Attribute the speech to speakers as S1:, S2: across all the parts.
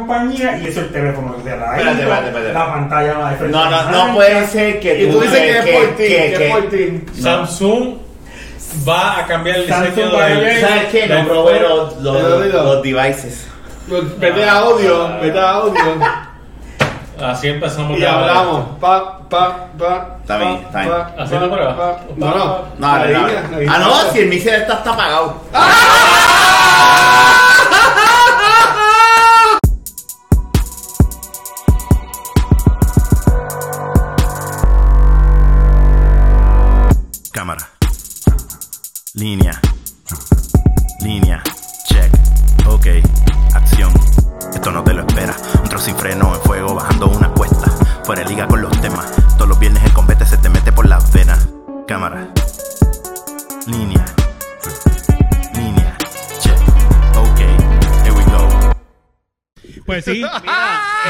S1: compañía y eso el teléfono de la
S2: Espérate,
S1: isla,
S2: espérate, espérate.
S1: la pantalla la de frente
S2: No, no,
S1: blanca.
S2: no puede ser que
S3: Y tú dices que es por ti,
S2: que-
S3: que es por
S2: que-
S3: ti.
S2: No.
S4: Samsung va a cambiar el
S1: Samsung
S4: diseño
S1: va a
S4: de
S1: cambiar-
S2: ¿Sabes qué? No
S4: Del-
S2: probé los, los-
S3: Te lo digo.
S2: los devices.
S3: Pues Vete a audio, vete a audio.
S4: Así empezamos
S3: Y
S4: la-
S3: hablamos. Pa, pa, pa.
S2: Está bien, está bien.
S4: ¿Haciendo pruebas?
S3: pa. No, no.
S2: No, no,
S3: La
S2: no.
S3: línea, la
S2: Ah,
S3: línea.
S2: no, si el misil está, está apagado.
S5: Cámara. Línea. Línea. Check. Ok. Acción. Esto no te lo espera. Un trozo sin freno en fuego bajando una cuesta. Fuera de liga con los temas. Todos los viernes el combate se te mete por las venas. Cámara. Línea. Línea. Check. Ok. Here we go.
S1: Pues sí,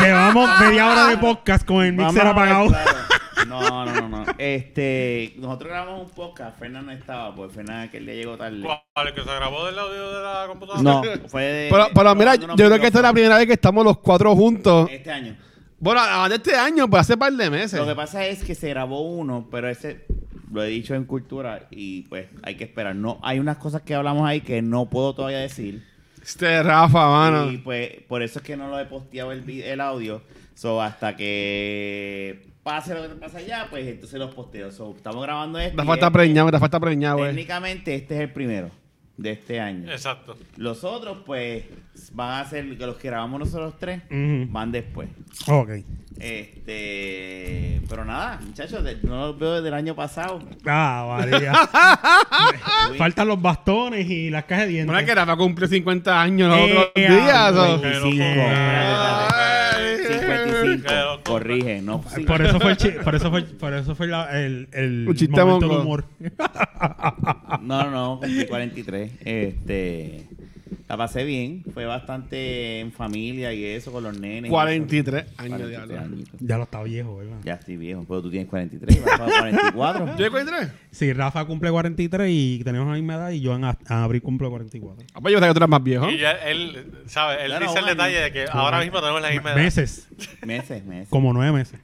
S1: llevamos media hora de podcast con el
S2: Vamos
S1: mixer
S2: a ver,
S1: apagado.
S2: claro. No, no, no, no. Este, nosotros grabamos un podcast, Fernando estaba, pues porque Fernando aquel día llegó tarde.
S4: ¿Cuál? ¿El que se grabó del audio de la computadora?
S2: No, fue de-
S3: Pero, pero mira, yo
S2: unos
S3: creo que esta es la
S2: micrófonos
S3: primera vez que estamos los cuatro juntos.
S2: Este año.
S3: Bueno, además de este año, pues hace par de meses.
S2: Lo que pasa es que se grabó uno, pero ese lo he dicho en cultura y pues hay que esperar. No, hay unas cosas que hablamos ahí que no puedo todavía decir.
S3: Este Rafa,
S1: Ah,
S3: mano.
S2: Y pues por eso es que no lo he posteado el, vi- el audio. So, hasta que pase lo que pasa allá, pues entonces los posteo. So, estamos grabando esto.
S3: Da
S2: y
S3: falta
S2: este-
S3: preñado, da falta preñado, güey.
S2: Técnicamente este es el primero de este año.
S4: Exacto.
S2: Los otros, pues, van a ser que los que grabamos nosotros tres,
S1: Ujú.
S2: van después.
S1: Ok.
S2: Este, pero nada, muchachos, de- no los veo desde el año pasado.
S1: Ah, María. Faltan los bastones y las cajas de dientes.
S3: Bueno, es que Rafa cumplió 50 años los
S1: Eh,
S3: otros
S1: eh,
S3: días.
S1: ah,
S3: o-
S1: güey.
S4: Pero
S2: 55.
S4: como-
S3: Ay.
S2: 55.
S4: Pero-
S2: Corrige, no.
S1: Por eso fue el chi- por eso fue, por eso fue la- el, el
S3: Un chiste
S1: momento de
S3: mongo.
S1: humor.
S2: No, no, cumplí 43. Este, la pasé bien. Fue bastante en familia y eso, con los nenes. y eso.
S3: 43 años, diablo.
S2: añitos.
S1: Ya lo está viejo, ¿verdad?
S2: Ya estoy viejo, pero tú tienes 43 y vas para 44.
S3: ¿Yo de 43?
S1: Sí, Rafa cumple 43 y tenemos la misma edad y yo en, a- en abril cumplo 44.
S3: Ah, pues yo pensaba que tú eras más viejo.
S4: Y ya él, ¿sabes? Él
S2: Ya no,
S4: dice el
S2: bueno.
S4: detalle de que ahora mismo tenemos la misma edad.
S1: Meses,
S2: Meses, meses.
S1: como nueve meses.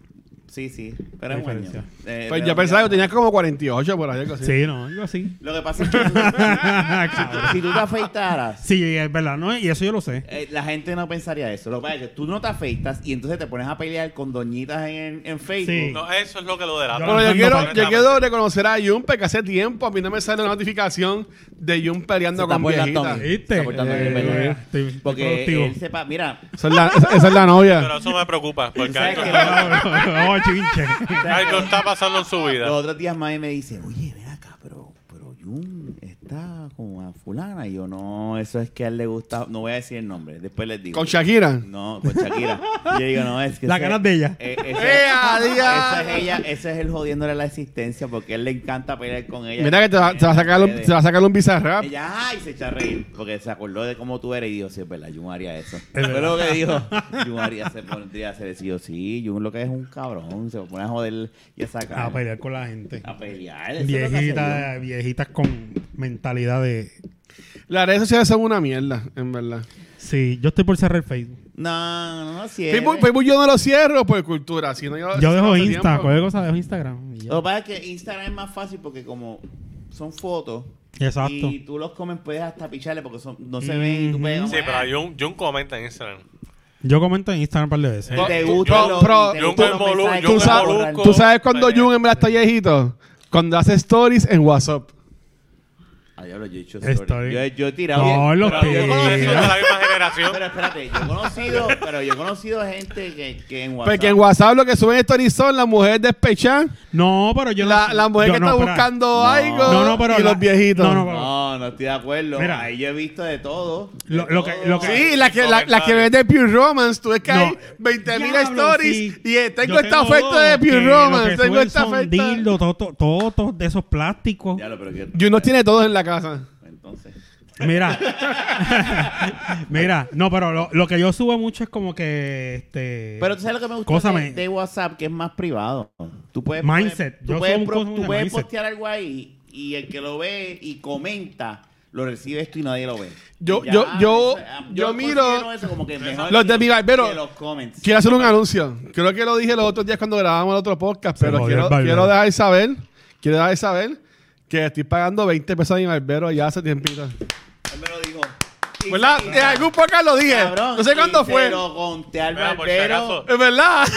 S2: Sí, sí, pero es un año.
S1: Diferencia.
S2: Eh,
S3: Pues
S2: pero-
S3: yo pensaba que tenías como 48 por ahí. algo así.
S1: Sí, no, yo así.
S2: Lo que pasa es que si
S1: Ah.
S2: tú- si tú te afeitaras,
S1: Sí, es verdad, ¿no? Y eso yo lo sé.
S2: eh, la gente no pensaría eso. Lo que pasa es que tú no te afeitas y entonces te pones a pelear con doñitas en, en
S1: Sí.
S2: Facebook.
S4: No, eso es lo que lo delata.
S3: Bueno, yo
S1: Avanzando
S3: quiero,
S1: para-
S3: yo quiero reconocer a Jumper que hace tiempo a mí no me sale la notificación de Jumper peleando
S2: Se está
S3: con
S2: portando
S3: viejitas.
S2: a mí.
S1: ¿Viste?
S2: Está portando bien, ¿verdad?
S1: estoy estoy
S2: Porque
S1: productivo.
S2: él sepa, mira,
S3: Esa es la, esa- esa es la novia.
S4: Pero eso me preocupa, porque
S2: ¿Sabes
S4: algo,
S2: qué?
S1: No, no, no, chinche.
S4: algo está pasando en su vida.
S2: los otros días Mami me dice, oye, ven acá, pero, pero Jun está con a fulana. Y yo, no, eso es que a él le gusta, no voy a decir el nombre, después les digo.
S3: Con Shakira.
S2: No, con Shakira. Yo digo, no, es que...
S1: Las
S2: ese-
S1: ganas de ella.
S2: eh, ese-
S3: ¡Ea,
S2: esa
S3: dia!
S2: es ella, ese es el jodiéndole la existencia porque a él le encanta pelear con ella.
S3: Mira que te va, te va a sacar un, te va a sacar un bizarrap.
S2: Ella, ay, se echa a reír porque se acordó de cómo tú eres y dijo, sí, es verdad, Jun haría eso. Fue
S1: verdad.
S2: lo que dijo. Jun haría, se pondría a hacer eso. Y yo, sí, Jun lo que es un cabrón, se pone a joder y a sacar.
S3: Ah, pues
S1: A pelear con la gente.
S2: A pelear, eso es lo que hace Jun.
S1: Viejitas, viejitas con mentalidad de...
S3: Las redes sociales son una mierda, en verdad.
S1: Sí, yo estoy por cerrar el Facebook.
S2: No, no, no, si
S1: Pues,
S2: es-
S3: Facebook, Facebook yo no lo cierro por cultura. Si no, yo,
S1: Yo dejo
S3: hace
S1: Insta,
S3: tiempo.
S1: cualquier cosa dejo Instagram. y ya.
S2: Lo que pasa es que Instagram es más fácil porque como son fotos
S1: Exacto.
S2: y tú los comes, puedes hasta picharle porque son, no se ven y tú puedes...
S4: Sí, pero Jun, Jun comenta en Instagram.
S1: Yo comento en Instagram un par de veces.
S2: Y te
S3: Tú-
S2: gustan
S3: tú-
S2: los-
S3: pero-
S2: y te
S4: Jun
S2: gustan
S4: es
S2: los
S4: molu-
S2: mensajes que
S4: Jun
S3: ¿Tú
S4: es
S2: vas a
S3: sabes,
S2: borrar.
S4: moluco.
S3: tú sabes cuando Jun en verdad está viejito. Cuando hace stories en WhatsApp.
S2: Ah, diablo, yo he hecho
S1: Estoy-
S2: story. Yo, yo he tirado.
S1: No, los
S4: Pero Jun con eso es de
S1: tira.
S4: la misma generación.
S2: Pero espérate, yo he conocido, pero yo he conocido gente que, que en
S1: Pues
S2: WhatsApp.
S3: Porque en WhatsApp lo que suben stories son las mujeres despechadas,
S1: No, pero yo
S3: la,
S1: no...
S3: la mujer
S1: yo
S3: que
S1: no,
S3: está
S1: espera.
S3: buscando algo
S1: No, no, pero
S3: y
S1: la-
S3: los viejitos.
S1: no, no, pero-
S2: No, no estoy de acuerdo.
S1: Mira.
S2: Ahí yo he visto de todo. de
S1: Lo- lo que-
S2: todo.
S1: lo que-
S3: Sí, las que, la, la que
S4: Comentarios.
S3: ven de Pure Romance, tú ves que
S1: No.
S3: hay 20.000
S1: Diablo,
S3: stories
S1: sí.
S3: y eh, tengo
S1: Yo
S3: esta
S1: dos,
S3: oferta de
S1: que
S3: Pure
S1: lo
S3: Romance,
S1: que
S3: tengo
S1: suben
S3: esta
S1: son
S3: oferta.
S1: dildo, todo- todo- todos de esos plásticos.
S2: Diablo, pero que-
S3: Jun los tiene todos en la casa.
S2: Entonces.
S1: Mira, mira, no, pero lo, lo que yo subo mucho es como que este.
S2: Pero tú sabes lo que me gusta
S1: Cósame.
S2: de, de WhatsApp, que es más privado. Tú puedes,
S1: Mindset.
S2: Tú
S1: Yo
S2: puedes,
S1: soy un
S2: pro-
S1: cosmo
S2: tú
S1: de
S2: puedes
S1: mindset.
S2: postear algo ahí y el que lo ve y comenta lo recibes tú y nadie lo ve.
S3: Yo-
S2: Y ya,
S3: yo- yo-
S2: eso, ah,
S3: yo
S2: considero
S3: miro-
S2: eso como que mejor
S3: Los de
S2: que-
S3: mi barbero.
S2: que los comments.
S3: Quiero hacer un anuncio. Creo que lo dije los otros días cuando grabamos el otro podcast,
S1: Se
S3: pero
S1: jodió
S3: quiero,
S1: el barbero.
S3: quiero dejar saber, quiero dejar saber que estoy pagando 20 pesos a mi barbero ya hace tiempito.
S2: Él me lo dijo. Y-
S3: ¿Verdad?
S2: y-
S3: En algún podcast lo dije.
S2: Cabrón,
S3: no sé cuándo
S2: y
S3: fue.
S2: Se lo conté al
S4: Mira, por si
S2: barbero.
S4: acaso.
S3: Es verdad.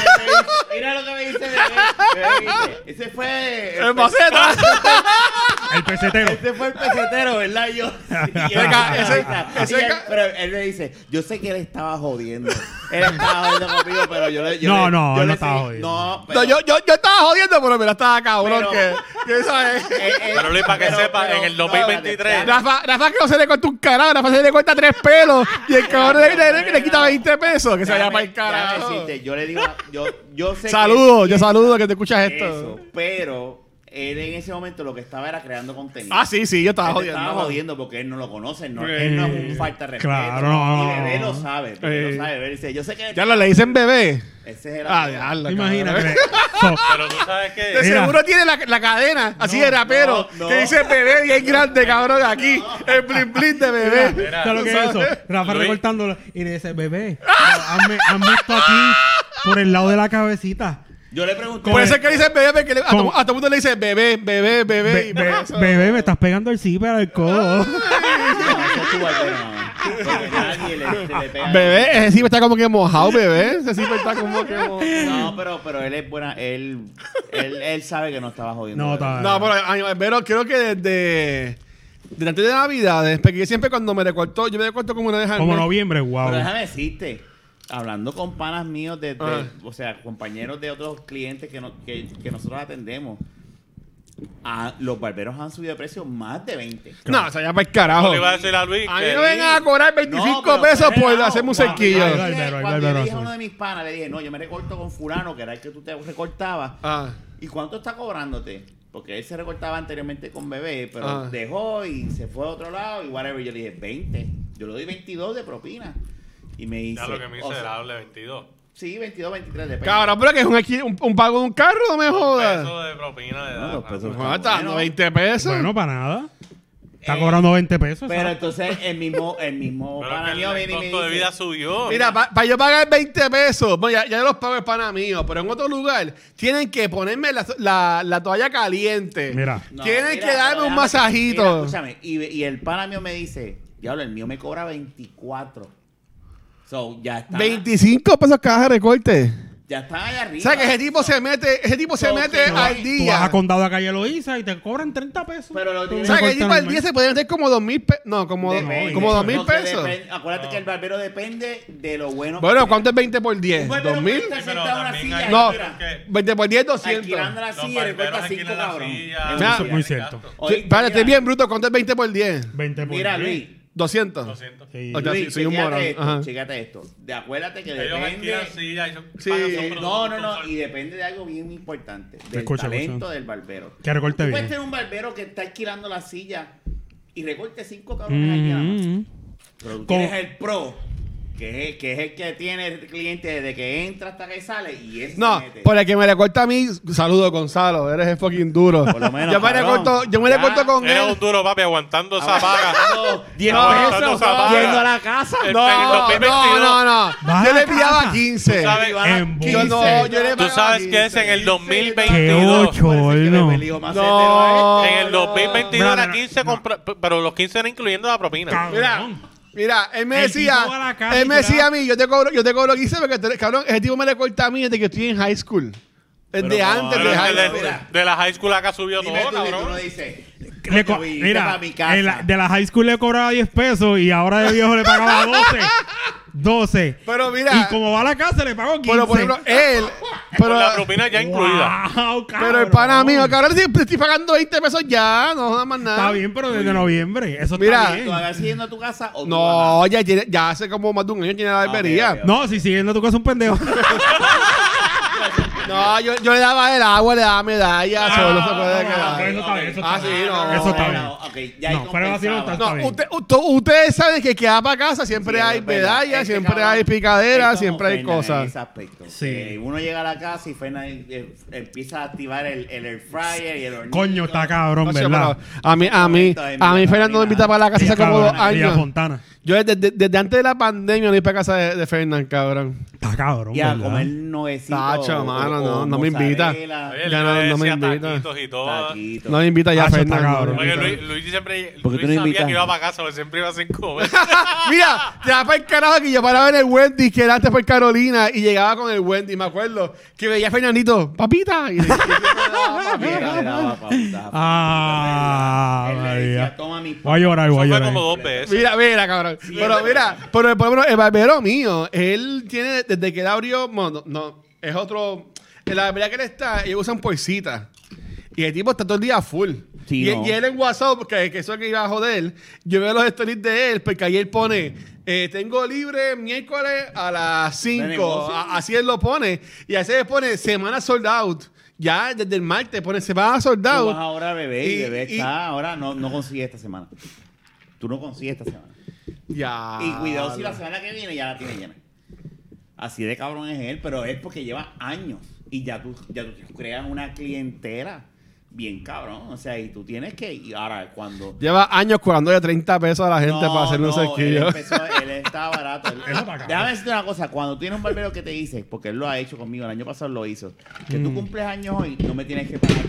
S2: Mira lo que me dice. bebé, bebé. Ese fue.
S3: El maceta.
S1: El pesetero.
S2: Ese Este fue el pesetero, ¿verdad? Yo. y yo-
S3: ca- ese-
S2: y
S3: ese
S2: él-
S3: ca-
S2: pero él me dice, yo sé que él estaba jodiendo. Él estaba jodiendo conmigo, pero yo le. yo
S1: No,
S2: le-
S1: no,
S2: yo
S1: él no
S2: le
S1: estaba
S2: seguí-
S1: jodiendo.
S2: No, pero.
S3: No, yo, yo, yo estaba jodiendo, pero mira, estaba cabrón.
S2: Pero-
S3: que, que esa es.
S2: Eh, eh,
S4: Pero, Luis, para que
S2: pero-
S4: sepa,
S2: pero-
S4: en el
S2: no,
S4: 2023.
S2: espérate,
S3: Rafa, Rafa que no se le corta un carajo, Rafa se le corta tres pelos y el cabrón le, le- le- le quita 20 pesos, que se vaya
S2: déjame-
S3: para el
S2: déjame
S3: carajo.
S2: decirte, Yo le digo, yo, yo sé que-
S3: Saludos, yo saludo que te escuchas esto.
S2: Eso, pero él en ese momento lo que estaba era creando contenido.
S3: Ah, sí, sí, yo estaba
S2: Él te
S3: jodiendo.
S2: Estaba jodiendo porque él no lo conoce, no,
S3: Eh,
S2: él no es un falta de respeto.
S1: claro, no,
S2: Y
S1: no,
S2: Bebé
S1: no.
S2: lo sabe, Bebé
S3: Eh.
S2: lo sabe. Bebé dice, yo sé que
S3: Ya lo le dicen bebé.
S2: ese era
S3: Ah, ya, la cabrón.
S1: Imagínate. So,
S4: Pero tú sabes
S3: De
S4: que.
S1: Mira.
S3: seguro tiene la, la cadena, así de rapero,
S2: no, no.
S3: que dice bebé y es grande, cabrón, aquí. El blin blin de bebé.
S4: Mira,
S1: ¿Sabes lo que es eso? Rafa
S4: Luis.
S1: recortándolo y le dice, bebé, pero hazme, hazme esto aquí por el lado de la cabecita.
S2: Yo le pregunté.
S3: Por eso es que dicen bebé, porque le- a,
S1: Con-
S3: todo, a todo mundo le dice bebé, bebé, bebé.
S1: Be-
S3: y
S1: be-
S3: bebé, eso.
S1: bebé, me estás pegando el zipper al codo.
S2: Ah, No, eso es tu barbero, mamá. Porque nadie le, se le pega.
S3: Bebé, ese sí está como que mojado, bebé. Ese sí está como que mojado.
S2: No, pero, pero él es buena. Él, él, él sabe que no estaba jodiendo.
S1: No,
S2: estaba.
S1: estaba-
S3: No, pero, ay, pero creo que desde, desde antes de Navidades, porque yo siempre cuando me recorto, yo me recorto como una vez al
S1: Como
S3: mes.
S1: noviembre, wow.
S2: Pero déjame decirte, hablando con panas míos, de, de-
S3: Ah.
S2: o sea, compañeros de otros clientes que, no- que, que nosotros atendemos, a- los barberos han subido de precio más de 20.
S3: No, o sea, ya para el carajo.
S4: Yo le iba a decir a Luis
S3: A mí
S4: que-
S3: no vengan a cobrar
S2: No,
S3: 25
S2: pero
S3: pesos
S2: fue
S3: por
S2: helado.
S3: hacerme un
S2: Cuando-
S3: cerquillo.
S1: Ay, ay,
S2: Cuando, yo
S1: ay,
S2: dije-
S1: ay,
S2: cuando
S1: ay,
S2: yo
S1: ay,
S2: dije a
S1: ay.
S2: uno de mis panas, le dije, no, yo me recorto con fulano, que era el que tú te recortabas.
S3: Ah.
S2: ¿Y cuánto está cobrándote? Porque él se recortaba anteriormente con bebé, pero
S3: Ah.
S2: dejó y se fue a otro lado y whatever. Yo le dije, 20. Yo le doy 22 de propina. Y me dice...
S4: Ya lo que me
S2: o
S4: hice
S2: sea,
S4: era 22.
S2: Sí, 22, 23, depende.
S3: Pues, Cabrón, pero que es un, alquil- un, un pago de un carro, no me jodas.
S4: Peso de propina de
S2: No,
S4: edad.
S2: dos pesos está
S3: Bueno, está
S2: bueno.
S3: dando 20 pesos.
S1: Bueno, para nada. Está
S2: Eh,
S1: cobrando 20 pesos.
S2: Pero
S1: ¿sabes?
S2: entonces el mismo, el mismo
S4: Pero que
S2: pana
S4: el-
S2: mío
S4: el
S2: viene y me
S4: costo de
S2: dice,
S4: vida subió.
S3: Mira, para yo pagar 20 pesos, bueno, ya, ya los pago es pana mío, pero en otro lugar tienen que ponerme la, la- la toalla caliente.
S1: Mira.
S2: "No,
S3: tienen
S2: mira,
S3: que
S2: pero
S3: darme un
S2: déjame-
S3: masajito.
S2: mira, escúchame, y, y el pana mío me dice, diablo, el mío me cobra 24. So, ya está.
S3: 25 pesos cada recorte.
S2: Ya está allá
S3: O
S2: arriba.
S3: sea que ese tipo se mete, ese tipo se
S2: No,
S3: mete
S2: que no.
S3: al
S1: Tú vas
S3: día.
S1: a condado a calle Loíza y te cobran 30 pesos.
S2: Pero lo
S1: Tú
S2: tienes-
S3: O
S1: un
S3: sea que el
S1: recorte
S3: tipo al día
S1: normal.
S3: se puede meter como dos mil pesos. No, como,
S2: Depende.
S3: como dos mil
S2: No, que
S3: pesos.
S2: depende- Acuérdate que el barbero depende de lo bueno que
S3: Bueno,
S2: sea.
S3: ¿cuánto es 20 por 10?
S2: Un
S3: ¿Dos
S2: barbero
S3: mil?
S2: puede estar
S4: Sí, pero
S2: sentado en una
S4: también
S2: silla
S4: hay-
S2: y
S3: No,
S2: mira,
S3: 20 por 10, 200.
S2: alquilando la
S4: Los
S2: silla y le
S4: barberos
S2: cuesta
S4: aquí en
S2: 5
S4: la
S2: cabrón.
S4: silla.
S2: Es
S3: Mira,
S2: un
S1: Eso es muy cierto.
S4: Oye,
S3: Sí,
S2: Oye,
S3: Espérate,
S2: mira,
S3: estoy bien bruto. ¿Cuánto es 20 por 10?
S1: 20 por
S2: Mira,
S1: 10.
S2: Luis.
S3: 200.
S4: 200.
S1: Sí.
S3: O sea,
S2: Luis,
S3: soy un
S2: chécate
S3: morón.
S2: esto,
S3: Ajá.
S2: Chécate esto. De acuérdate que
S4: Ellos alquilan
S2: depende.
S4: sillas. ellos
S3: Sí.
S4: pagan
S2: eh,
S4: su
S2: no, no, no.
S4: producto.
S2: Y depende de algo bien importante. Del
S1: escucho,
S2: talento
S1: escucho.
S2: del barbero.
S1: Que recorte
S2: Tú
S1: bien.
S2: Puedes tener un barbero que está alquilando la silla y recorte 5 cabrones al día nada más.
S1: Mm, mm.
S2: Pero tú
S1: Con-
S2: tienes el pro, que es, que es el que tiene el cliente desde que entra hasta que sale y es
S3: No, por el que me recorta a mí, saludo Gonzalo, eres el fucking duro.
S2: Por lo menos,
S3: yo me
S2: cabrón.
S3: recorto, yo me
S2: Ya,
S3: recorto con
S4: Era un
S3: él.
S4: duro, papi, aguantando esa paga.
S2: 10
S4: No, no,
S2: pesos
S4: no, no, no.
S2: yendo a la casa.
S4: El
S3: No, no,
S4: 2022.
S3: no, no.
S1: Vas
S3: Yo
S1: a
S3: le
S1: la
S3: enviaba
S1: casa.
S3: 15.
S4: sabes-
S1: Embuste.
S3: Yo no, yo le
S4: Tú sabes que es en el 2022.
S1: ocho, no.
S3: No.
S4: En el 2022
S1: Mira,
S4: era
S1: mira,
S4: 15,
S1: no.
S4: compra- p- pero los 15 era incluyendo la propina.
S1: Cabrón.
S3: Mira, mira, él me
S1: El tipo va a
S3: decía,
S1: la casa
S3: él me
S1: y te
S3: decía
S1: da-
S3: a mí, yo te cobro, yo te cobro 15 porque tú eres- cabrón, ese tipo me recorta a mí desde que estoy en high school. Desde
S2: Pero,
S3: antes
S4: Pero
S3: de
S2: no,
S4: de,
S3: high
S2: no,
S3: school.
S2: no,
S4: de- de la high school acá subió
S2: Dime
S4: todo,
S2: tú, y tú
S4: cabrón.
S2: no dices.
S1: Le co-
S2: "Coño, viste
S1: mira,
S2: pa' mi casa".
S1: en la- de la high school le cobraba 10 pesos y ahora de viejo le pagaba 12. 12.
S3: Pero mira-
S1: Y como va a la casa le pago 15.
S3: Pero por ejemplo, él, pero,
S4: Con la propina ya incluida.
S1: Wow,
S3: pero el
S1: cabrón.
S3: pana mío, cabrón, sí, te estoy pagando 20 pesos ya, no jodas más nada.
S1: Está bien, pero desde noviembre. Eso
S3: Mira.
S1: está bien.
S2: ¿Tú hagas yendo a tu casa o tú vas
S3: No, ya, tiene- ya hace como más de un año tiene la barbería.
S2: ok, ok.
S1: No, si siguiendo tu casa un pendejo.
S2: a-
S3: No, yo, yo le daba el agua, le daba medallas, solo se puede
S1: Ah, pero
S3: quedar.
S1: eso está bien, eso
S3: Ah,
S1: está
S3: sí,
S1: bien.
S3: no.
S1: Eso está
S2: Bueno,
S1: bien.
S2: ok, ya ahí
S1: no, fuera de vacilón,
S2: compensaba.
S1: está-
S3: No,
S1: está bien.
S3: usted- usted- ustedes saben que queda para casa siempre
S2: Sí,
S3: hay
S2: es verdad.
S3: medallas,
S2: Este
S3: siempre
S2: cabrón
S3: hay
S2: es
S3: picaderas,
S2: como
S3: siempre hay
S2: Fernan En
S3: cosas.
S2: ese aspecto.
S1: Sí.
S2: Eh, uno llega a la casa y Fernan eh, empieza a activar el, el air fryer y el hornito.
S1: Coño, está cabrón,
S3: No sé,
S1: ¿verdad?
S3: pero a mí, a mí, a mí Fernando me invita para la casa hace como dos
S1: Cabrón, Villa
S3: años.
S1: Fontana.
S3: Yo desde, desde- desde antes de la pandemia no iba para casa de, de Fernán, cabrón.
S1: Está cabrón,
S2: Y a
S1: ¿verdad?
S2: comer nuevecito.
S3: Tacho, mano, no, no me invita.
S2: mozzarella,
S4: Oye,
S3: Ya
S4: Luis
S3: no-
S4: le
S3: no me
S4: decía
S3: invita.
S4: taquitos y todo.
S2: taquito.
S3: No me invita ya
S1: Ah, eso está
S3: Fernán.
S1: cabrón.
S3: no me
S4: Oye,
S3: invita.
S4: Luis, Luis siempre
S2: ¿Por qué
S4: Luis
S2: tú no
S4: sabía
S2: invitas?
S4: que iba para casa, porque siempre iba sin comer.
S3: Mira, te vas para el carajo que yo paraba en el Wendy, que era antes por Carolina, y llegaba con el Wendy, me acuerdo, que veía a Fernandito, papita. Y le- y siempre me
S2: Mira,
S3: daba
S2: le
S3: papita.
S2: daba pauta.
S1: Ah,
S2: Él le decía,
S1: María.
S2: toma mi p-
S1: Voy a llorar,
S4: Eso
S1: voy a
S4: fue
S1: llorar.
S4: como dos veces.
S3: Mira, mira, cabrón. pero mira, pero por lo menos el barbero mío, él tiene, desde que él abrió, bueno, no, no, es otro. En la barbería que él está, ellos usan poesitas. Y el tipo está todo el día full.
S2: Sí,
S3: y,
S2: no.
S3: y él en WhatsApp, que, que eso que iba a joder, yo veo los stories de él, porque ahí él pone, eh, tengo libre miércoles a las 5.
S2: negocio.
S3: Así él lo pone. Y así él pone, semana sold out. Ya desde el martes pone semana sold
S2: Tú
S3: out.
S2: vas ahora, bebé, y
S3: Y-
S2: bebé
S3: y-
S2: está ahora, no, no consigue esta semana. Tú no consigues esta semana.
S3: Ya.
S2: Y cuidado si la semana que viene ya la tiene llena. Así de cabrón es él, pero es porque lleva años y ya tú, ya tú creas una clientela bien cabrón. O sea, y tú tienes que. Y ahora, cuando.
S3: Lleva años curándole 30 pesos a la gente para hacerle un
S2: él,
S3: cerquillo.
S2: empezó, él está barato. Él-
S1: Eso está cabrón.
S2: déjame decirte una cosa. Cuando tienes un barbero que te dice, porque él lo ha hecho conmigo, el año pasado lo hizo, que tú cumples años hoy, no me tienes que pagar. Eh,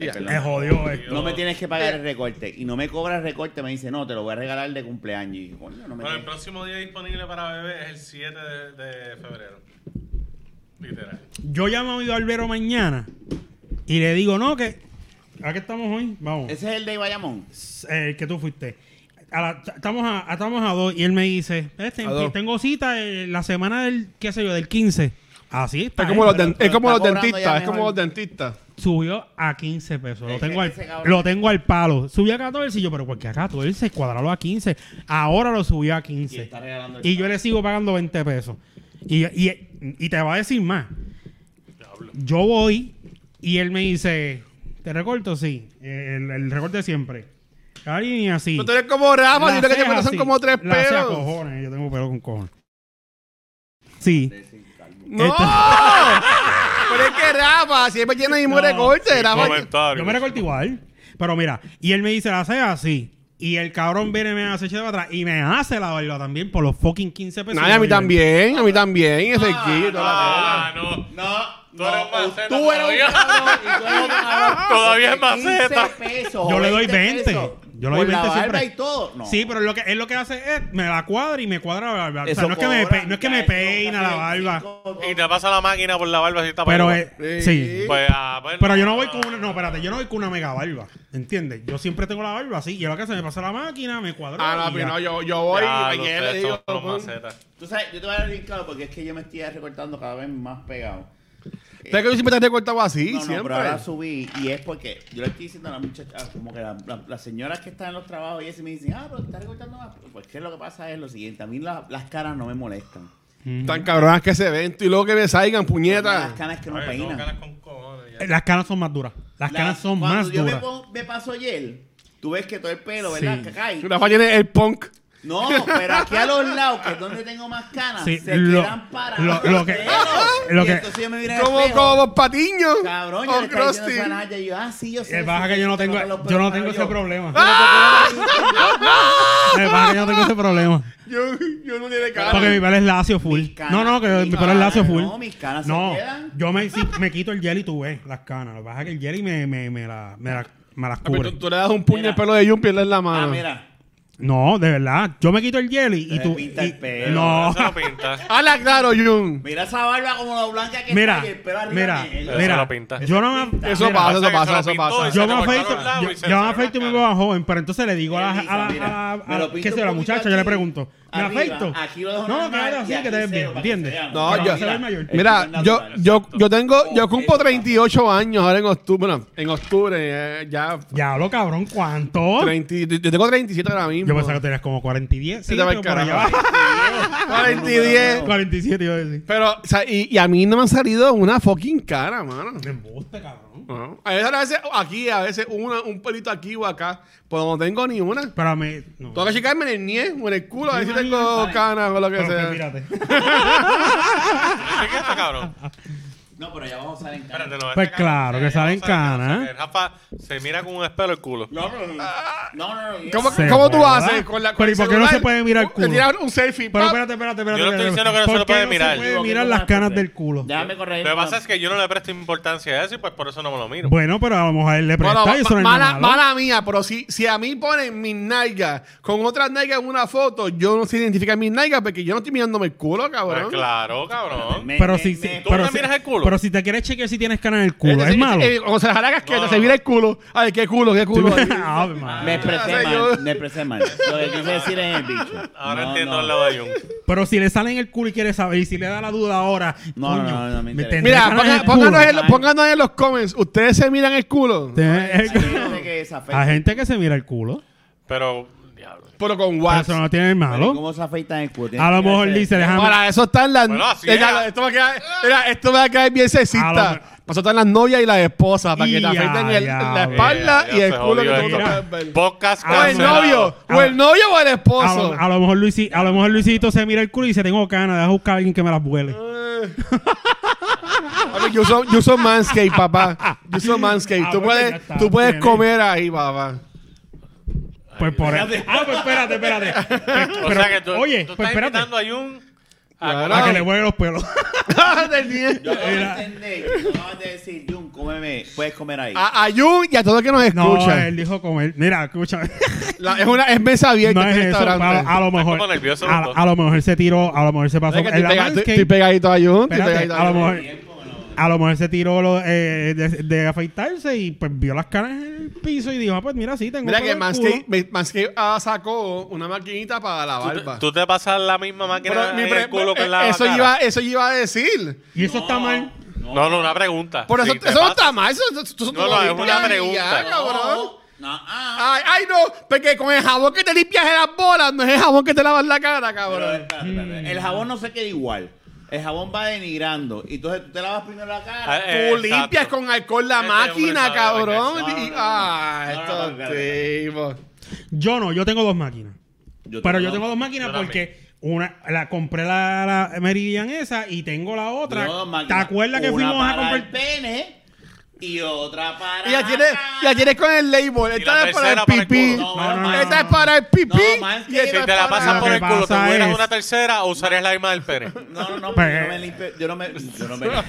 S3: Mm. Ya.
S2: perdón.
S1: Me jodió esto.
S2: No me tienes que pagar el recorte. Y no me cobras recorte, me dice, no, te lo voy a regalar de cumpleaños. Y yo, coño, no me
S4: Bueno, el
S2: tienes-
S4: próximo día disponible para bebé es el 7 de, de febrero. Literal.
S1: Yo llamo a mi barbero mañana y le digo, no, que. ¿A qué estamos hoy? Vamos.
S2: Ese es el de Bayamón.
S1: eh, que tú fuiste. A la- t- estamos, a, estamos a dos y él me dice, este,
S3: A dos.
S1: tengo cita eh, la semana del, qué sé yo, del 15. Así está.
S3: Es como los,
S1: pero
S3: den- es como
S2: está
S3: los
S2: cobrando ya
S3: dentistas, es como
S2: mejor.
S3: los dentistas.
S1: Subió a 15 pesos. Lo
S2: Ese-
S1: tengo, al,
S2: ese cabrón.
S1: lo tengo al palo. Subió a 14 y yo, pero ¿por qué a 14? Cuadralo a 15. Ahora lo subió a 15.
S2: Y está regalando el
S1: Y yo le sigo pagando 20 pesos. Y, y- y te va a decir más. Yo voy y él me dice, ¿te recorto? Sí. El, el recorte siempre. Alguien así.
S3: No tú eres como Rafa, yo
S1: Las
S3: creo que te
S1: cejas,
S3: faltan son
S1: sí.
S3: como tres
S1: Las cejas,
S3: pelos.
S1: cojones, yo tengo pelo con cojones. Sí.
S3: ¡No!
S1: Esta-
S3: Pero es que Rafa siempre tiene el mismo
S1: No,
S3: recorte. Rafa,
S4: Comentario.
S1: Yo me recorto igual. Pero mira, y él me dice la ceja así. Y el cabrón viene y me hace echar para atrás. Y me hace la barba también por los fucking 15 pesos.
S3: Nada, a mí también, a mí también,
S2: Ah,
S3: ese cerquillo y toda la cosa.
S4: Ah, no.
S2: No,
S4: Tú eres maceta
S2: tú eres
S4: todavía.
S2: un cabrón y tú eres un cabrón.
S4: Todavía es
S2: 15
S4: maceta.
S2: pesos,
S1: Yo le doy
S2: 20 pesos.
S1: 20. Yo le doy
S2: Por la
S1: 20
S2: barba
S1: siempre.
S2: y todo. No.
S1: Sí, pero lo que, él lo que hace es me la cuadra y me cuadra la barba. O sea,
S2: Eso
S1: no es que me,
S2: cobran,
S1: pe- no es que
S2: ya
S1: me
S2: eso
S1: peina la
S2: casi
S1: barba.
S2: 25.
S4: Y te pasa la máquina por la barba si está
S1: Pero,
S4: para-
S1: eh,
S3: Sí.
S1: sí.
S4: Pues, ah, bueno.
S1: Pero yo no voy con una. No, espérate, yo no voy con una mega barba. ¿Entiendes? Yo siempre tengo la barba así. Y a lo que se me pasa la máquina, me cuadro.
S3: Ah, no,
S1: y
S3: pero
S1: ya.
S3: no, yo, yo voy
S4: Ya,
S3: y mañana
S4: ustedes
S3: le digo.
S4: son unos
S3: pon-
S4: macetas.
S2: Tú sabes, yo te voy a dar bien claro porque es que yo me estoy recortando cada vez más pegado.
S3: ¿Sabes que yo siempre te he recortado así?
S2: no, no,
S3: siempre.
S2: pero ahora subí y es porque yo le estoy diciendo a las muchachas, como que la- la- las señoras que están en los trabajos y eso y me dicen, ah, pero te estás recortando más. Pues que lo que pasa es lo siguiente, a mí la- las caras no me molestan.
S3: Tan cabronas que se ven, tú y luego que me salgan,
S2: Las
S3: puñetas.
S2: caras que no
S4: Ay, tengo
S2: peinan.
S4: canas con cojones ya.
S1: Eh, Las canas son más duras. Las
S2: La-
S1: canas son
S2: cuando
S1: más
S2: yo me
S1: duras.
S2: pon- Me, paso gel, tú ves que todo el pelo, ¿verdad?
S1: Sí.
S2: Que cae.
S3: Rafa tiene el punk.
S2: No, pero aquí a los lados, que es donde tengo más canas,
S1: Sí,
S2: se
S1: lo-
S2: quedan parados.
S1: lo- lo que-
S2: Pero,
S1: lo
S2: y
S1: que-
S2: entonces yo me miro en el
S3: Como,
S2: espejo,
S3: como patiño.
S2: Cabrón, yo
S3: O
S2: le estaba diciendo
S3: Oh, Krusty.
S2: eso a Naya, y yo, ah, sí, yo sé.
S1: Es Eh, baja
S2: sí,
S1: que yo no tengo,
S2: los pelos
S1: yo no
S2: parados,
S1: tengo ese
S2: yo.
S1: problema.
S2: Pero porque no me-
S1: Es baja que yo no tengo ese problema.
S3: Yo, yo no tiene cara.
S1: Porque mi pelo es lacio full.
S2: Mis canas-
S1: No, no, que
S2: mis
S1: mi pelo es lacio
S2: canas,
S1: full.
S2: no, mis canas se
S1: No,
S2: quedan.
S1: yo me, sí, me quito el gel y tú ves las canas. Lo que pasa es que el gel y me, me, me, la- me, la- me las
S3: Ah, pero
S1: cubre.
S3: tú, tú le das un puño al pelo de Jun, pierdes la
S2: Ah,
S3: mano.
S2: mira.
S1: No, de verdad. Yo me quito el gel y, y
S2: Te
S1: tú.
S2: pinta
S1: y-
S2: el pelo,
S1: no.
S4: Eso lo pinta.
S3: Habla claro, Jun.
S2: Mira esa barba como la blanca que
S1: Mira,
S2: está y el pelo arriba
S1: mira,
S2: negro.
S4: Eso
S1: mira.
S4: lo pinta.
S1: Yo no me.
S3: Eso
S1: mira,
S3: pasa,
S4: Pasa
S3: eso
S4: que se
S3: pasa,
S4: lo
S3: eso
S4: pintó y
S3: pasa.
S4: se
S1: Yo
S4: le
S1: me
S4: cortaron
S1: afeito,
S4: los labios
S1: yo,
S4: y se
S1: yo
S4: le
S1: me
S4: cerraron
S1: afeito y
S4: las
S1: me veo joven, pero entonces le digo a la,
S2: Elisa,
S1: a la, a la,
S2: mira,
S1: a la-
S2: me lo pinto
S1: qué sé yo,
S2: un
S1: la
S2: poquito
S1: muchacha, yo le
S2: aquí.
S1: pregunto, Me
S2: arriba,
S1: afecto.
S2: Aquí lo dejo
S1: No,
S2: normal
S1: claro,
S2: y
S1: sí,
S2: aquí
S1: que te ves
S2: cero
S1: bien,
S2: para
S1: ¿entiendes?
S2: se vea.
S3: No,
S2: Pero
S3: yo-
S2: mira,
S1: se ve mayor.
S2: aquí
S3: Mira,
S2: es natural.
S3: yo, yo, yo tengo, yo
S2: Oh,
S3: cumplo
S2: eso,
S3: 38 años ahora en octubre, bueno, en octubre, eh, ya,
S1: Ya lo cabrón, ¿cuánto?
S3: 30 yo tengo 37 ahora mismo.
S1: Yo pensaba que tenías como 40 y 10.
S3: Se te va el
S1: pero por allá
S3: carajo.
S1: va.
S3: 40 Ah, y 10.
S1: 47 iba a decir.
S3: Pero, o sea, y, y a mí no me han salido una fucking cara, mano.
S1: Me embuste, cabrón.
S3: No. A veces, a veces aquí, a veces una, un pelito aquí o acá, pues no tengo ni una.
S1: Pero a mí. No.
S3: Tengo que checarme en el nie o en el culo, a ver si
S1: Imagínate,
S3: tengo
S2: vale.
S3: canas o lo que
S1: Pero, pues,
S3: sea.
S1: mírate.
S4: ¿Qué está cabrón?
S2: No, pero ya vamos a salir en
S4: Espérate,
S2: cara.
S4: no, este
S1: Pues
S4: cabrón
S1: claro,
S4: se-
S1: que salen
S4: no sale en
S1: canas.
S4: o sea, que Rafa se mira con un espejo el culo.
S2: No, no, no, no. No, no, no.
S3: ¿Cómo,
S1: Se
S3: cómo tú
S1: joda.
S3: haces con la con
S1: Pero,
S3: el
S1: ¿y por qué no
S3: celular?
S1: se puede mirar el
S3: Te
S1: culo?
S3: tiras un selfie,
S1: Pero
S3: pap.
S1: espérate, espérate, espérate.
S4: Yo no estoy
S1: espérate.
S4: diciendo que no se
S1: ¿Por
S4: lo
S1: qué
S4: puede
S1: no
S4: mirar?
S1: Se
S2: Digo,
S1: puede
S2: ¿qué
S1: mirar
S2: tú
S1: las
S2: vas a
S1: canas
S2: hacer?
S1: del culo.
S2: Déjame correr.
S4: Lo que pasa es que yo no le presto importancia a eso y pues por eso no me lo miro.
S1: Bueno, pero a lo mejor a él le presta
S3: Bueno,
S1: y
S3: ma-
S1: eso no es
S3: mala,
S1: nada malo.
S3: mala mía, pero si, si a mí ponen mis nalgas con otras nalgas en una foto, yo no sé identificar mis nalgas porque yo no estoy mirándome el culo,
S4: Ah,
S3: cabrón.
S4: claro, cabrón.
S2: Me-
S1: Pero
S2: me-
S1: si,
S2: me-
S1: si-
S2: me-
S4: ¿Tú
S1: pero
S4: no
S1: si-
S4: miras el culo?
S1: Pero si te quieres chequear si tienes canas en el culo, es
S3: Este-
S1: malo.
S3: este- eh, cuando se jala la casqueta,
S4: No.
S3: se mira el culo. Ay, qué culo, qué culo.
S1: Ah, Ave María.
S2: Me expresé
S3: Ah, yo-
S2: mal, me expresé mal. Lo que quise decir es el bicho.
S4: Ahora
S2: No,
S4: entiendo
S2: no.
S4: el lado de Jung.
S1: Pero si le sale en el culo y quiere saber, y si le da la duda ahora,
S2: No,
S1: coño,
S2: no, no, no me interesa.
S1: tendré
S3: Mira,
S1: canas
S3: ponga-
S1: en el
S3: pónganos,
S1: culo.
S3: en, pónganos en los comments. ¿Ustedes se miran el culo?
S1: Te-
S2: Hay
S1: el-
S2: gente que se
S1: a
S2: afeita.
S1: gente que se mira el culo.
S4: Pero, diablo.
S3: Pero con
S1: Pero
S3: wax.
S1: Eso no tiene
S2: Pero
S1: malo.
S2: ¿Cómo se afeita el culo? Tienes
S1: A lo
S2: que
S1: mejor
S2: hacer-
S1: dice, déjame.
S3: Para eso están las...
S4: Bueno, así
S3: Eh,
S4: es.
S3: ya, esto, va a quedar, mira, esto va a quedar bien
S1: A Ah, lo mejor-
S3: sexista. Para eso están las novias y las esposas. Para que te
S1: Ya,
S3: afeiten el-
S1: ya,
S3: la
S1: ya.
S3: espalda
S4: Eh, Ya, ya
S3: y el
S4: se
S3: culo que
S4: jodió
S3: tú no
S1: esto.
S3: puedes ver.
S4: Podcast
S3: O el
S4: cancelado.
S3: novio. O
S1: Ah.
S3: el novio o el
S1: A
S3: esposo.
S1: lo, a lo mejor Luisi- a lo mejor Luisito se mira el culo y dice, tengo canas, deja buscar a alguien que me las vuele.
S3: A ver, yo uso, yo uso Manscaped, papá. Yo uso Manscaped.
S1: Ah,
S3: tú,
S1: bueno, ya
S3: puedes,
S1: está.
S3: tú puedes
S1: Bien,
S3: comer ahí, papá.
S1: Pues por eso. Ah, pues espérate, espérate. Pues,
S4: O
S1: pero-
S4: sea que tú,
S1: oye,
S4: tú
S1: pues
S4: estás
S1: espérate.
S4: invitando a Jung Ah,
S3: Claro.
S1: A que le vuele los pelos.
S3: Del día.
S2: Yo acabo de
S1: Mira.
S2: entender que tú acabas de decir, Jun, cómeme, puedes comer ahí.
S4: Ah,
S3: a, a Jun y a todo el que nos
S1: No,
S3: escucha.
S1: él dijo comer. Mira, escúchame.
S3: La- es una es mesa abierta.
S1: No
S3: este
S1: es eso. Ah, A,
S3: restaurante.
S1: lo- a lo mejor.
S4: como nervioso los
S1: A,
S4: dos.
S1: a lo mejor se tiró, a lo mejor se pasó.
S3: Es que
S1: en
S3: estoy,
S1: la
S3: pega- estoy-
S1: manscape-
S3: estoy pegadito a Jun. estoy
S1: Espérate,
S3: pegadito
S1: a lo mejor.
S2: Tiempo, no.
S1: A lo mejor se tiró lo, eh, de, de afeitarse y pues vio las caras en el piso y dijo, ah, pues mira, sí, tengo
S3: Mira
S1: todo
S3: que
S1: el
S3: Manscaped,
S1: culo.
S3: me- Manscaped, ah, sacó una maquinita para la
S4: tú,
S3: barba.
S4: te- tú te pasas la misma máquina
S3: Pero mi
S4: en
S3: pre- eh,
S4: el culo que en la
S3: eso,
S4: cara.
S3: iba, eso yo iba a decir.
S1: Y eso está mal.
S4: No, no, una pregunta.
S3: Por eso,
S4: Sí, te
S3: eso no
S4: pasa.
S3: está mal. Eso, eso- eso tú
S4: No,
S3: lo
S4: no, es
S3: limpias
S4: una
S3: y ya,
S4: pregunta.
S3: cabrón.
S2: No, ah.
S3: Ay, ay, no, porque con el jabón que te limpias de las bolas, no es el jabón que te lavas la cara,
S2: Pero,
S3: cabrón.
S2: espérate, espérate.
S1: Mm.
S2: El jabón no se queda igual. El jabón va denigrando. Y entonces tú te lavas primero la cara.
S4: Ah,
S3: Tú
S4: eh,
S3: limpias
S4: exacto.
S3: con alcohol la
S4: Este hombre
S3: máquina,
S4: sabe
S3: cabrón.
S2: bañarse. No, no, no,
S3: Y-
S2: no.
S3: ah,
S2: No, no, no, no, no,
S3: estos tipos.
S1: Yo no, yo tengo dos máquinas. Pero yo tengo dos máquinas
S4: Yo también.
S1: porque una la compré la, la Meridian esa y tengo la otra.
S2: Yo dos
S1: ¿Te
S2: máquinas.
S1: acuerdas que
S2: Una
S1: fuimos a
S2: para el
S1: comprar?
S2: pene y otra para.
S3: Y ya tienes,
S2: acá.
S3: ya tienes con el label.
S4: Y la
S3: Esta es para el
S4: tercera para el
S3: pipí.
S1: No,
S4: culo.
S1: no, no, no,
S3: Esta es
S1: no.
S3: para el pipí.
S2: No, más
S3: y
S2: que-
S3: esta
S4: Si te
S3: es
S4: la
S3: para-
S4: pasas
S1: Lo
S4: por
S1: que
S4: el culo, ¿te
S1: pasa
S4: hubieras
S1: es-
S4: una tercera o usarías la misma del pene?
S2: No, no, no, porque
S1: Pero-
S2: yo no me limpio. Yo no me. Yo no me limpio.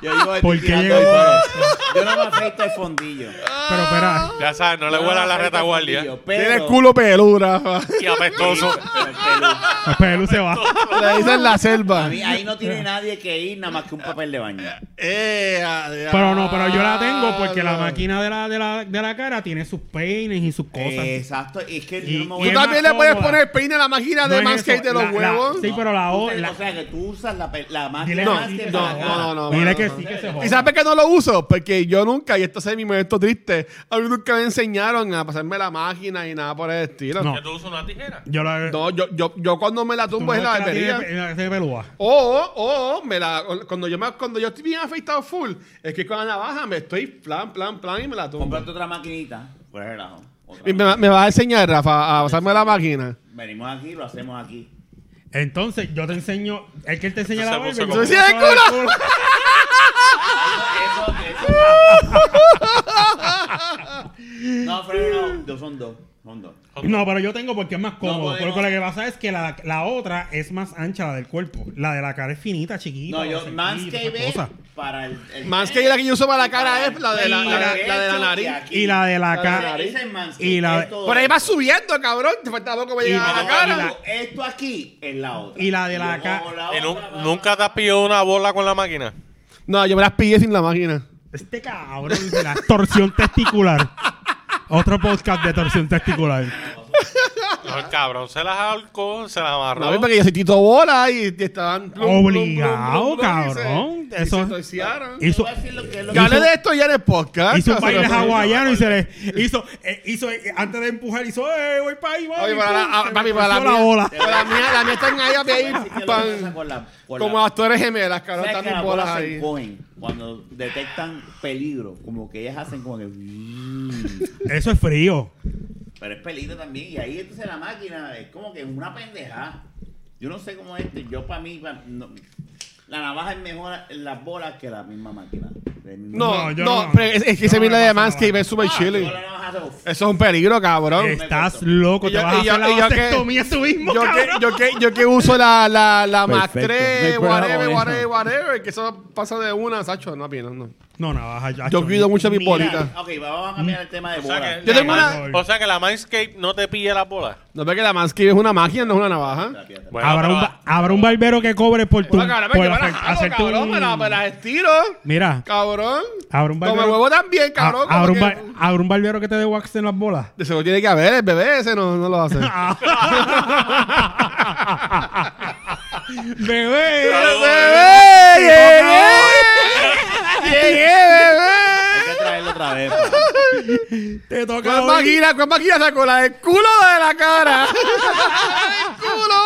S2: Yo digo,
S1: ¿Por
S2: estoy
S1: qué
S2: tirando
S1: llegó
S2: el pelo. Yo no me afeito el fondillo.
S1: Pero espera,
S4: Ya sabes, no le
S2: Yo
S4: huela
S2: me
S4: la
S2: afeito el
S4: retaguardia.
S2: fondillo, pero-
S3: Tiene el culo pelura.
S4: Y apestoso.
S2: pero el pelo.
S1: el pelo se va.
S3: Le dicen la selva.
S2: A mí ahí no tiene nadie que ir nada más que un papel de baño.
S3: Eh, adiós.
S1: Pero no, pero yo la tengo porque la máquina de la, de la, de la cara tiene sus peines y sus cosas.
S3: Eh,
S2: Exacto. Y es que
S1: Y-
S2: yo no me
S1: y
S2: voy
S3: Tú
S1: es
S2: a-
S3: también
S1: más
S3: le puedes
S1: cómoda.
S3: poner peine a la máquina
S1: No
S3: de
S1: es eso,
S3: Manscaped de los
S1: la- la-
S3: huevos.
S1: sí, pero la, o-
S2: Usted-
S1: la-
S2: O sea, que tú usas la, pe- la máquina
S1: Dile
S3: No,
S2: más que
S1: que
S3: no,
S2: para acá.
S3: no, no,
S1: Dile
S3: no,
S1: que
S3: no.
S1: sí, que se
S3: ¿Y
S1: joda.
S3: sabes por qué no lo uso? Porque yo nunca, y esto es mi momento triste, a mí nunca me enseñaron a pasarme la máquina y nada por el estilo.
S1: No.
S4: ¿Que tú usas una tijera?
S1: Yo la.
S3: No, yo, yo, yo cuando me la
S1: tú
S3: tumbo es pues en la
S1: no es que
S3: barbería.
S1: tiene- la tiene pelúa.
S3: O, o, me la, cuando, yo me, cuando yo estoy bien afeitado full, es que con la navaja me estoy plan, plan, plan y me la tumbo.
S2: Comprate otra maquinita. Por el relajo. Otra
S3: Y me, va- me vas a enseñar, Rafa, a pasarme la máquina.
S2: Venimos aquí, lo hacemos aquí.
S1: Entonces, yo te enseño. Es que él te enseña
S4: Esto
S1: la barba. y
S4: se puso
S1: tú te
S4: como-
S1: enseñas
S3: ¡Sí,
S1: el culo!
S2: Eso, eso. no, pero no. Dos son dos. Son dos.
S1: No, pero yo tengo porque es más cómodo.
S2: podemos.
S1: porque lo que pasa es que la, la otra es más ancha, la del cuerpo. La de la cara es finita, chiquita.
S2: No,
S1: o
S2: yo
S1: sea,
S2: Manscaped
S1: y esas cosas.
S2: para el, el
S3: Manscaped es la que yo uso para la cara, es la de la,
S1: Y
S3: la-
S1: la-
S3: la de la nariz.
S1: Y la de la cara. y la de-
S3: Por ahí vas subiendo, cabrón. Te falta poco para
S1: Y
S3: llegar
S1: la-
S3: a la
S1: y
S3: cara.
S1: la-
S2: esto aquí es la otra.
S1: y la de la
S2: O-
S1: ca-
S2: o la
S4: ¿Y nu-
S2: otra va-
S4: ¿Nunca te has pillado una bola con la máquina?
S3: No, yo me las pillé sin la máquina.
S1: Este cabrón dice la torsión testicular. Otro podcast de torsión testicular.
S4: No, el cabrón se las ahorcó, se las amarró.
S3: No, porque yo soy Tito Bola y, y estaban...
S1: Obligado, cabrón.
S3: Y se,
S1: Eso-
S3: y se torciaron.
S1: Hizo,
S2: Voy a decir lo que es lo
S3: Yo hablé
S1: hizo-
S3: de esto ya en el podcast.
S1: hizo un baile
S3: Pero-
S1: hawaiano y se le hizo, eh, hizo eh, antes de empujar, hizo, eh, voy para ahí, mami.
S3: Oye, para
S1: pum,
S3: la,
S1: se
S3: a-
S1: me
S3: papi, para la,
S1: torció
S3: mía,
S1: bola.
S3: para la mía, la mía están ahí, papi, ahí,
S2: Así que lo que pasa
S3: pan,
S2: con la- con
S3: como
S2: la-
S3: actores gemelas, cabrón,
S2: ¿Sabes
S3: están
S2: que
S3: mis
S2: las
S3: bolas
S2: bolas se
S3: ahí.
S2: encogen cuando detectan peligro? Como que ellas hacen como que... "Mm".
S1: Eso es frío.
S2: Pero es peligro también. Y ahí entonces la máquina es como que una pendejada. Yo no sé cómo es este. Yo para mí, pa- no. la navaja es mejor en las bolas que la misma máquina. El mismo-
S1: No,
S3: No,
S1: yo
S3: no,
S1: no.
S3: pero es, es que
S1: Yo
S3: ese
S1: no
S3: milo
S1: me
S3: de
S1: paso
S3: Manscape
S1: nada.
S3: es super
S2: Ah,
S3: chile.
S2: yo la navaja se-
S3: Eso es un peligro, cabrón.
S1: Estás
S2: corto.
S1: loco,
S3: Y
S1: te
S3: yo-
S1: vas a
S3: y yo-
S1: hacer la
S3: y yo que-
S1: vasectomía tú mismo,
S3: Yo que,
S1: cabrón.
S3: yo, que, yo que uso la, la, la Mac
S2: Perfecto. No
S3: 3,
S2: hay problema
S3: whatever,
S2: con
S3: whatever,
S2: eso.
S3: whatever, que eso pasa de una, Sacho, no, apenas, no.
S1: No, navaja, ya.
S3: Yo cuido mucho mis
S1: Mira,
S3: bolitas.
S2: Ok, vamos a cambiar el
S1: Mm.
S2: tema de
S4: O sea
S2: bolas.
S4: que
S3: Yo
S4: la
S3: tengo
S4: Mind-
S1: una-
S4: O sea que la Mindscape no te pilla las bolas.
S3: No ve que la Manscape es una máquina, no es una navaja.
S4: Bueno,
S1: Habrá
S4: pero
S1: un,
S4: la-
S1: ba- habrá un barbero que cobre por tu.
S3: Bueno, cabrón,
S1: por
S3: pues, yo me
S1: Pues hacer-
S3: las jalo,
S1: hacerte
S3: cabrón,
S1: un-
S3: me las- me las estiro,
S1: Mira,
S3: cabrón.
S1: habrá un
S3: Como
S1: barbero.
S3: el huevo también, cabrón.
S1: Ah, habrá,
S3: como
S1: un
S3: que-
S1: bar- habrá un barbero que te dé wax en las bolas.
S3: De seguro tiene que haber, el bebé ese no, no lo hace.
S1: Ah, Bebé.
S3: ¡Bebé! ¡Llegué! ¡Llegué,
S2: Hay
S3: bebé!
S2: que traerlo otra vez. pa.
S1: Te toca
S3: ¿Cuál
S1: hoy.
S3: máquina? ¿Cuál máquina sacó? La del culo de la cara. ¡La del culo!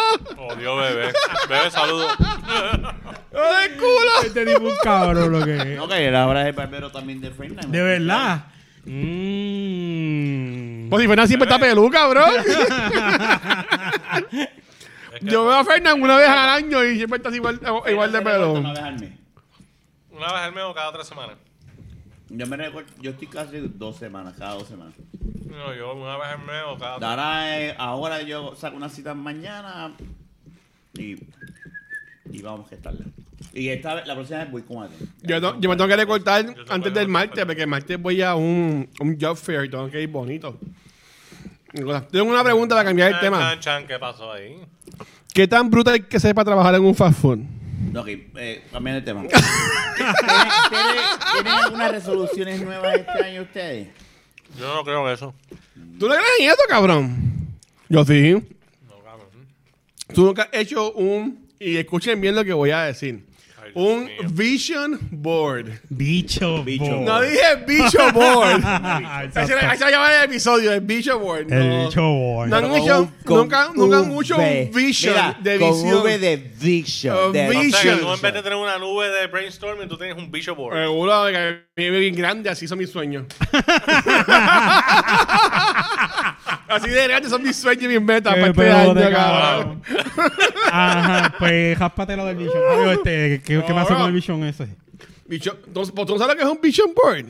S4: Oh, Dios, bebé. Bebé, saludos.
S3: ¡La del culo!
S1: Este tipo es un cabrón lo que es.
S2: No, que la hora es el barbero también de Fernández.
S1: De verdad. Mm.
S3: Pues si Fernan siempre está pelú, cabrón. Yo veo a Fernan una vez al año y siempre está igual, igual de pelú.
S2: Una vez al mes.
S4: Una vez al mes o cada tres semanas.
S2: Yo me recuerdo, yo estoy casi dos semanas, cada dos semanas.
S4: No, yo una vez al mes o cada tres
S2: Ahora, eh, ahora yo saco una cita mañana y, y vamos a estarla. Y esta vez, la próxima vez voy con alguien.
S3: Yo, no- yo me tengo que recortar
S4: puedo
S3: antes del
S4: recortar.
S3: martes, porque el martes voy a un, un job fair y tengo que ir bonito. Tengo una pregunta para cambiar el
S4: Chan,
S3: tema.
S4: chan, chan, ¿qué pasó ahí?
S3: ¿Qué tan bruta hay que ser para trabajar en un fast food?
S2: Ok, eh, cambiando el tema. ¿Tienen, tienen, tienen algunas resoluciones nuevas este año ustedes?
S4: Yo no creo en eso.
S3: ¿Tú no crees en eso, cabrón? Yo sí.
S4: No, cabrón.
S3: Tú nunca has hecho un... Y escuchen bien lo que voy a decir.
S4: Ay, Dios
S3: Un
S4: mío.
S3: vision board.
S1: Bicho.
S2: Bicho.
S1: boy.
S3: No dije bicho board.
S1: Ah,
S3: Ahí se
S1: exacto.
S3: le- ahí se va a llamar el episodio, el bicho board.
S1: El
S3: No.
S1: bicho boy.
S3: No han
S2: Con
S3: hecho,
S2: un- con
S3: nunca, nunca han
S2: V.
S3: hecho un vision
S2: Mira,
S3: de
S2: con
S3: visión.
S2: V de vision. de
S3: Uh,
S4: O sea, que
S3: Vision.
S4: tú en vez de tener una nube de brainstorming, tú tienes un bicho board.
S3: Seguro que vive bien grande, así son mis sueños. así de grande son mis sueños y mis metas
S1: Qué
S3: para este
S1: pedo de
S3: año,
S1: cabrón.
S3: cabrón.
S1: Ajá, pues jáspate lo del bichón. Amigo, este, ¿qué, ¿qué pasó
S3: Cabrón.
S1: con el bichón ese?
S3: Bicho- ¿tú, pues, ¿tú no sabes lo que es un vision board?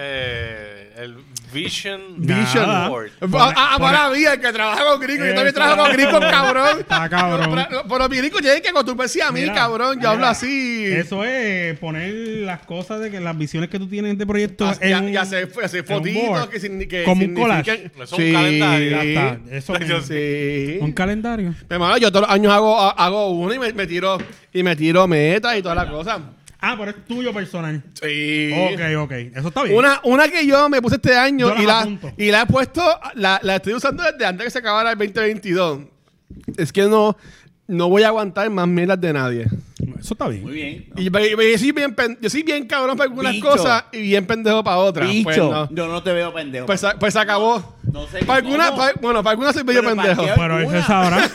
S4: Eh, el vision
S1: Nada.
S3: Vision
S4: board.
S3: Ah, ah, para mí, el que trabaja con gringos. Yo también
S1: Eso.
S3: trabajo con gringos, cabrón.
S1: Ah, cabrón.
S3: Pero- Pero, pero mis gringos tienen que acostumbrarse a mí,
S1: Mira,
S3: cabrón. Yo
S1: mira,
S3: hablo así.
S1: Eso es poner las cosas de que las visiones que tú tienes de proyecto
S3: Ah,
S1: en
S3: Y,
S1: un-
S3: y hacer, hacer
S1: en un
S3: fotitos
S1: board.
S3: que, signi- que
S1: Como un collage.
S3: significan-
S4: Es un calendario.
S1: Ya está, eso mismo.
S3: Sí.
S1: Un calendario.
S3: Mi hermano, yo todos los años hago, ha- hago uno y me, me tiro y me tiro metas y todas las cosas.
S1: Ah, pero es tuyo personal.
S3: Sí.
S1: Ok, ok. Eso está bien.
S3: Una, una que yo me puse este año
S1: Yo las
S3: y, la,
S1: apunto.
S3: y la he puesto, la, la estoy usando desde antes que se acabara el 2022. Es que no, no voy a aguantar más metas de nadie.
S1: Eso está
S2: Muy
S1: bien.
S2: bien.
S3: Y, yo- yo- yo soy bien, pen- yo soy bien cabrón para algunas
S2: Bicho.
S3: cosas y bien pendejo para otras.
S2: Bicho,
S3: Pues, no.
S2: yo no te veo pendejo.
S3: Pues se- pues se acabó.
S2: No sé
S3: Para algunas,
S2: cómo.
S3: para- bueno, para algunas soy medio
S2: Pero para
S3: pendejo.
S2: qué-
S1: Pero ese sabrá.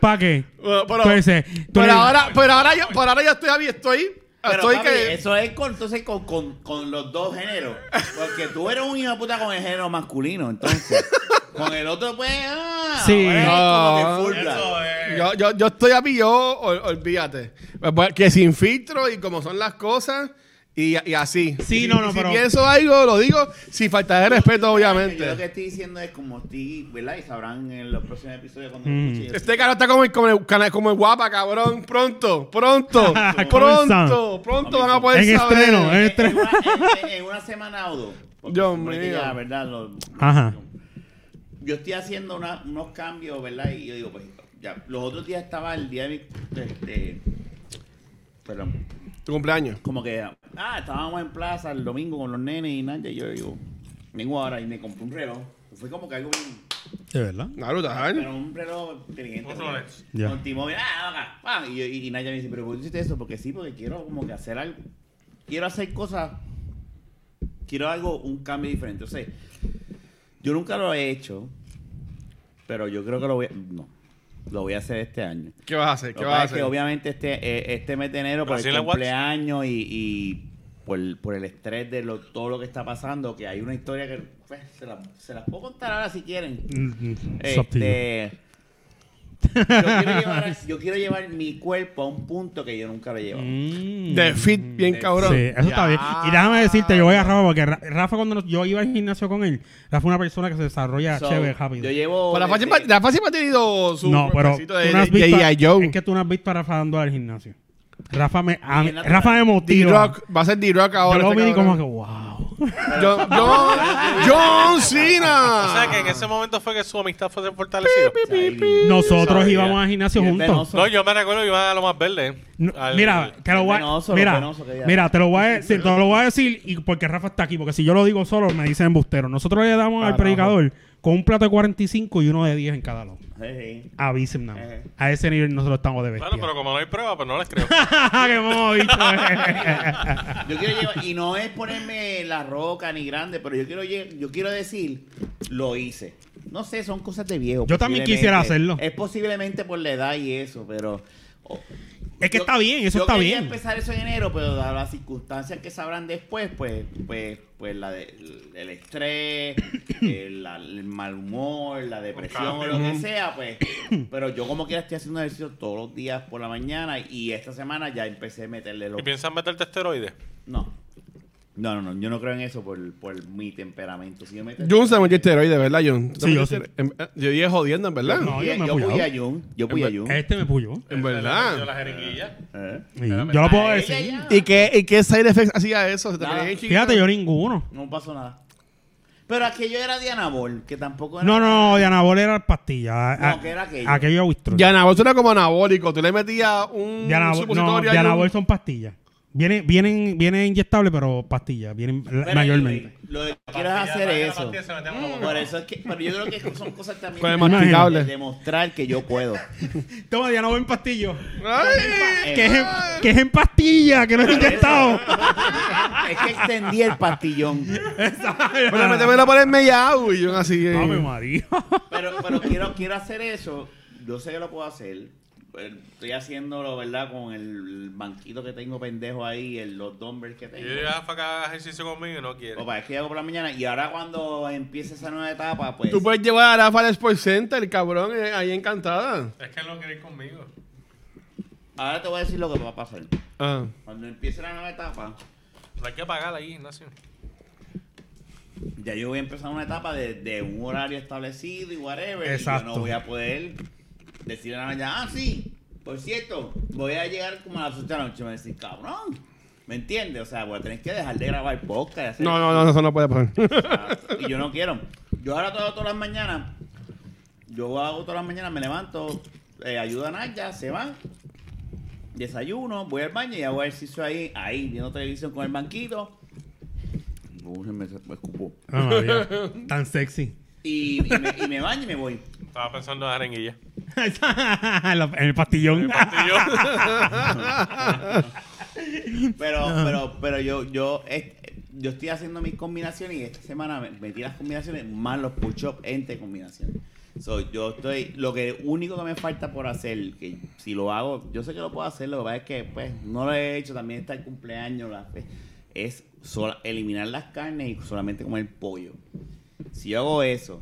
S1: ¿Para qué?
S3: Bueno, pero,
S1: Tú dices, tú
S3: pero
S1: eres-
S3: ahora, pero ahora yo, por ahora yo estoy, abi- estoy,
S2: Pero,
S3: estoy
S2: papi,
S3: que
S2: Eso es con, entonces con, con, con los dos géneros. Porque tú eres un hijo de puta con el género masculino, entonces. con el otro, pues. Ah,
S1: Sí.
S2: eres
S3: No.
S2: como que full black.
S4: Eso es.
S3: yo, yo, yo estoy a mí, yo, ol- olvídate, Pues, que sin filtro y como son las cosas y, y así.
S1: Sí,
S3: Y
S1: no,
S3: si-
S1: no,
S3: y si
S1: pero-
S3: pienso algo lo digo sin falta de respeto,
S2: Yo lo que
S3: obviamente.
S2: estoy diciendo es como estoy, ¿verdad? Y sabrán en los próximos episodios cuando
S1: Mm.
S2: escuchen. Yo
S3: Este cara está como el, como, el, cana- como el guapa, cabrón. Pronto, pronto, pronto, pronto van a poder
S1: En
S3: saber.
S1: estreno, eh. en
S2: estoy- en,
S1: estreno.
S2: una, en- en- en una semana o dos. porque
S3: Dios
S2: se supone que
S3: mío.
S2: ya, ¿verdad? Lo-
S1: Ajá.
S2: yo estoy haciendo una- unos cambios, ¿verdad? Y yo digo, pues, ya. Los otros días estaba el día de mi. Este, perdón.
S3: Tu cumpleaños.
S2: como que, ah, estábamos en plaza el domingo con los nenes y Naya, y yo digo, vengo ahora y me compré un reloj. Fue como que algo bien-
S1: De verdad.
S3: Claro, tal.
S2: Pero un reloj inteligente.
S4: Un
S2: porque
S4: Rolex.
S1: Ya.
S2: Con timón, ah, acá, pa, Y, y, y Naya me dice, pero ¿por qué hiciste eso? Porque sí, porque quiero como que hacer algo. Quiero hacer cosas. Quiero algo, un cambio diferente. O sea, yo nunca lo he hecho, pero yo creo que lo voy a... No, lo voy a hacer este año.
S3: ¿Qué vas a hacer?
S2: Lo
S3: ¿Qué
S2: que
S3: vas a
S2: pasa es
S3: hacer?
S2: que obviamente este, eh, este mes de enero por el
S4: ¿Brasilia Wax?
S2: cumpleaños y, y por, el- por el estrés de lo- todo lo que está pasando, que hay una historia que pues, se, la- se las puedo contar ahora si quieren.
S1: Mm,
S2: Este, yo, quiero llevar, yo quiero llevar mi cuerpo a un punto que yo nunca lo he llevado.
S1: Mm,
S2: Mm.
S3: De fit, bien
S2: De
S3: cabrón.
S1: Sí, eso está bien. Y déjame decirte, yo voy a Rafa, porque Ra- Rafa cuando nos- yo iba al gimnasio con él, Rafa es una persona que se desarrolla
S2: So,
S1: chévere rápido.
S2: Yo llevo.
S3: Pues la
S2: desde-
S3: fácil, pa- la fácil ha tenido su
S1: no, pero
S3: pedacito
S1: tú
S3: de,
S1: no has
S3: de- de
S1: visto a-
S3: G.I. Joe.
S1: es que tú no has visto a Rafa dando al gimnasio. Rafa me, a mí-
S2: Bien natural.
S1: Rafa me motiva.
S3: D-Rock, va a ser D-Rock
S1: Yo
S3: ahora.
S1: lo
S3: este
S1: vi como
S3: cabrón.
S1: que, wow.
S3: John, John, John Cena.
S4: O sea que en ese momento fue que su amistad fue fortalecida.
S2: Ay,
S1: Nosotros
S2: sabía.
S1: íbamos al gimnasio
S2: Y es
S1: juntos.
S2: penoso.
S4: No, yo me recuerdo que iba a lo más verde.
S1: No,
S4: Al-
S1: mira, te lo
S2: al
S1: voy a,
S2: penoso, lo
S1: mira,
S2: penoso que ya-
S1: mira, te lo voy a decir, te lo voy a decir y porque Rafa está aquí, porque si yo lo digo solo me dicen embustero. Nosotros le
S2: Ah,
S1: damos al
S3: Carajo.
S1: predicador con un plato de 45 y uno de 10 en cada lado.
S2: Sí, sí.
S1: Avisen nada.
S2: Ajá.
S1: más. A ese nivel nosotros estamos de bestia. Ah,
S4: Claro, pero como no hay prueba, pues no les creo.
S1: ¡Qué hemos
S2: Yo quiero llevar, y no es ponerme la roca ni grande, pero yo quiero lle- yo quiero decir, lo hice. No sé, son cosas de viejo.
S1: Yo también
S2: posiblemente.
S1: quisiera hacerlo.
S2: Es posiblemente por la edad y eso, pero... oh,
S1: Es que está bien, eso
S2: yo
S1: está
S2: quería
S1: bien.
S2: empezar eso en enero, pero dadas las circunstancias que sabrán después, pues, pues, pues la de- el estrés, el, la- el mal humor, la depresión, o lo que sea, pues. Pero yo como quiera estoy haciendo ejercicio todos los días por la mañana y esta semana ya empecé a meterle los
S4: ¿Y piensan meterte esteroides?
S2: no. No, no, no. Yo no creo en eso por, por mi temperamento. Si yo me
S3: John se metió esteroide, ¿verdad, John? ¿Tú te
S1: Sí, yo
S3: metiste-
S1: sí.
S3: en- eh, Yo dije jodiendo, en verdad.
S1: No,
S2: Yo,
S1: yo me he
S2: yo fui
S1: apoyado.
S2: a Jun. Yo fui a Jun.
S1: Este me puyó.
S3: En
S4: Yo
S3: verdad.
S4: la jeringuilla.
S2: ¿Eh?
S1: Sí, yo lo puedo decir.
S2: Ella ya.
S3: ¿Y qué, ¿Y qué side effects hacía eso? ¿Se te
S2: Nada.
S3: ponía bien chiquita?
S1: Fíjate, yo ninguno.
S2: No pasó nada. Pero aquello era Diana Ball, que tampoco era.
S1: No, no, no, de anabol era pastilla.
S2: No,
S1: A-
S2: que era aquello.
S1: ah, Aquello era Wistrol.
S3: Ya Anabol suena como anabólico. Tú le metías un
S1: De anabol, no,
S3: supositorio
S1: de
S3: a John.
S1: anabol son pastillas. Vienen, vienen, vienen inyectables, pero pastillas. Vienen la-
S2: Pero eh,
S1: mayormente.
S2: Lo lo que quieres hacer
S4: Pastilla,
S2: es
S4: la
S2: eso.
S4: pastilla se la metemos en la boca.
S2: Por eso es que. Pero yo creo que son cosas también.
S3: Con el
S2: de-
S3: masticable.
S2: de Demostrar que yo puedo.
S1: Toma, de anabol en pastillo.
S3: eh,
S4: Eh,
S3: Ay,
S1: Que es, en, que es en pastilla, que no es inyectado.
S2: es que extendí el pastillón.
S3: Bueno, métemelo por el mellao y yo así. eh.
S1: Ave María.
S2: Pero, pero quiero, quiero hacer eso. Yo sé que lo puedo hacer. Eh, Estoy haciéndolo, ¿verdad? Con el banquito que tengo pendejo ahí, el, los dumbbells que
S4: Y
S2: tengo.
S4: yo iba a sacar ejercicio conmigo y no quiere.
S2: Opa, es que hago por la mañana. Y ahora cuando empiece esa nueva etapa, pues...
S3: Tú puedes llevar a Rafa al Sports Center, el cabrón, eh, ahí encantada.
S4: Es que él no quiere ir conmigo.
S2: Ahora te voy a decir lo que va a pasar.
S3: Ah.
S2: Cuando empiece la nueva etapa,
S4: Pero hay que pagar ahí, Ignacio.
S2: ya yo voy a empezar una etapa de, de un horario establecido y whatever. Y yo
S1: Exacto.
S2: no voy a poder decirle a la mañana, ah, sí, por cierto, voy a llegar como a las 8 de la noche. Me voy a decir, cabrón, ¿me entiendes? O sea, voy a tener que dejar de grabar podcast. y hacer
S3: No, no, no, eso no puede pasar.
S2: Ah, y yo no quiero. Yo ahora todo, todas las mañanas, yo hago todas las mañanas, me levanto, eh, ayudo a Naya, se va, desayuno, voy al baño y hago ejercicio ahí, ahí, viendo televisión con el banquito. Uy, se me- se me escupó.
S1: Ave María. Tan sexy.
S2: Y, y me, y me baño y me voy.
S4: Estaba pensando en la jeringuilla.
S1: en la- en el pastillón.
S4: Y yo,
S2: Pero, pero, pero yo, yo, eh, yo estoy haciendo mis combinaciones y esta semana me- metí las combinaciones más los push-ups entre combinaciones. So, yo estoy, lo que único que me falta por hacer, que si lo hago, yo sé que lo puedo hacer, lo que pasa es que pues no lo he hecho, también está el cumpleaños, la fe- es sola- eliminar las carnes y solamente comer pollo. Si yo hago eso,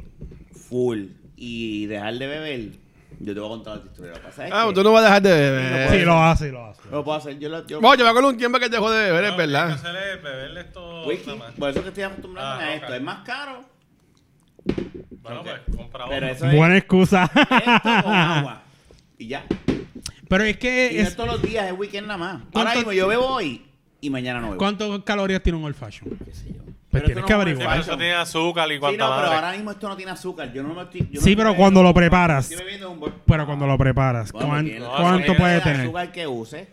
S2: full, y dejar de beber, yo te voy a contar la historia. Lo que pasa es
S3: Ah,
S2: que
S3: tú no vas a dejar de
S1: Sí,
S3: beber.
S1: lo hace, lo hace.
S2: lo puedo hacer, yo lo- yo-
S3: Bueno, yo me acuerdo un tiempo que te dejó de
S4: no,
S3: beber, es
S4: hay que
S3: verdad.
S4: hacerle beberle esto.
S2: Whisky,
S4: nada más.
S2: por eso que estoy acostumbrado
S4: Ah,
S2: a
S4: ok.
S2: esto. Es más caro,
S4: Bueno,
S2: Ok.
S4: pues compra
S2: pero
S4: otro.
S2: eso es
S1: Buena excusa.
S2: esto con agua. Y ya.
S1: pero es
S2: Y
S1: que.
S2: no
S1: es-
S2: es todos los días, es weekend nada más. Ahora
S1: ¿Cuánto-
S2: mismo yo bebo hoy y mañana no bebo.
S1: ¿Cuántas calorías tiene un old fashion?
S2: Qué sé yo.
S1: Pues
S2: Pero
S1: tienes
S2: esto
S1: que
S2: no es
S4: Sí,
S1: averiguar.
S4: pero eso
S2: fashion.
S4: tiene azúcar y
S2: Sí,
S4: cuanta
S2: no,
S4: madre.
S2: pero ahora mismo esto no tiene azúcar. Yo no me estoy. yo no
S1: Sí,
S2: me
S1: pero
S2: estoy
S1: cuando lo
S2: bebiendo-
S1: preparas.
S2: Estoy bebiendo un bol-
S1: Pero cuando lo preparas,
S2: Bueno, pues
S1: ¿cuán-
S2: tiene-
S4: no,
S1: ¿cuánto
S4: tiene
S1: puede
S2: el
S1: tener?
S2: azúcar que use.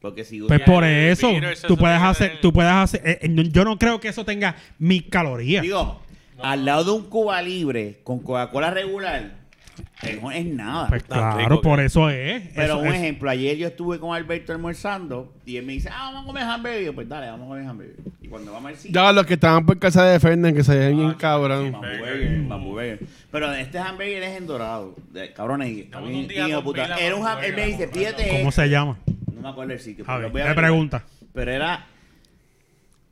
S2: Porque si
S1: Pues
S2: usa.
S1: por
S4: el
S1: eso,
S4: virus, eso
S1: tú puedes
S4: tiene que
S1: hacer,
S4: tener-
S1: tú puedes hacer, eh, eh, yo no creo que eso tenga mil calorías.
S2: Digo. al lado de un Cuba Libre con Coca-Cola regular, eh, no es nada.
S1: Pues
S4: Tan
S1: claro,
S4: rico que
S1: por eso es.
S2: Pero
S1: Eso
S2: un
S1: es.
S2: ejemplo, ayer yo estuve con Alberto almorzando y él me dice, ah, vamos a comer hamburguesas. Y yo, Pues dale, vamos a comer hamburguesas. Y cuando vamos al sitio,
S3: Ya los que estaban por casa de Fernan, que se veían bien cabrón.
S2: Mambo Burger, Mambo Burger. Pero este hamburger es en dorado. De, cabrones. y-
S4: Yo
S2: a mí-
S4: un día
S2: hijo de
S4: dos
S2: puta.
S4: pilas
S2: Era un ham-
S4: Mambo
S2: Él me
S4: Burger,
S2: dice,
S4: vamos a comer.
S2: pídete.
S1: ¿Cómo se llama?
S2: No me acuerdo el sitio.
S1: A
S2: pero
S1: ver,
S2: voy a
S1: me
S2: averiguar.
S1: pregunta.
S2: Pero era.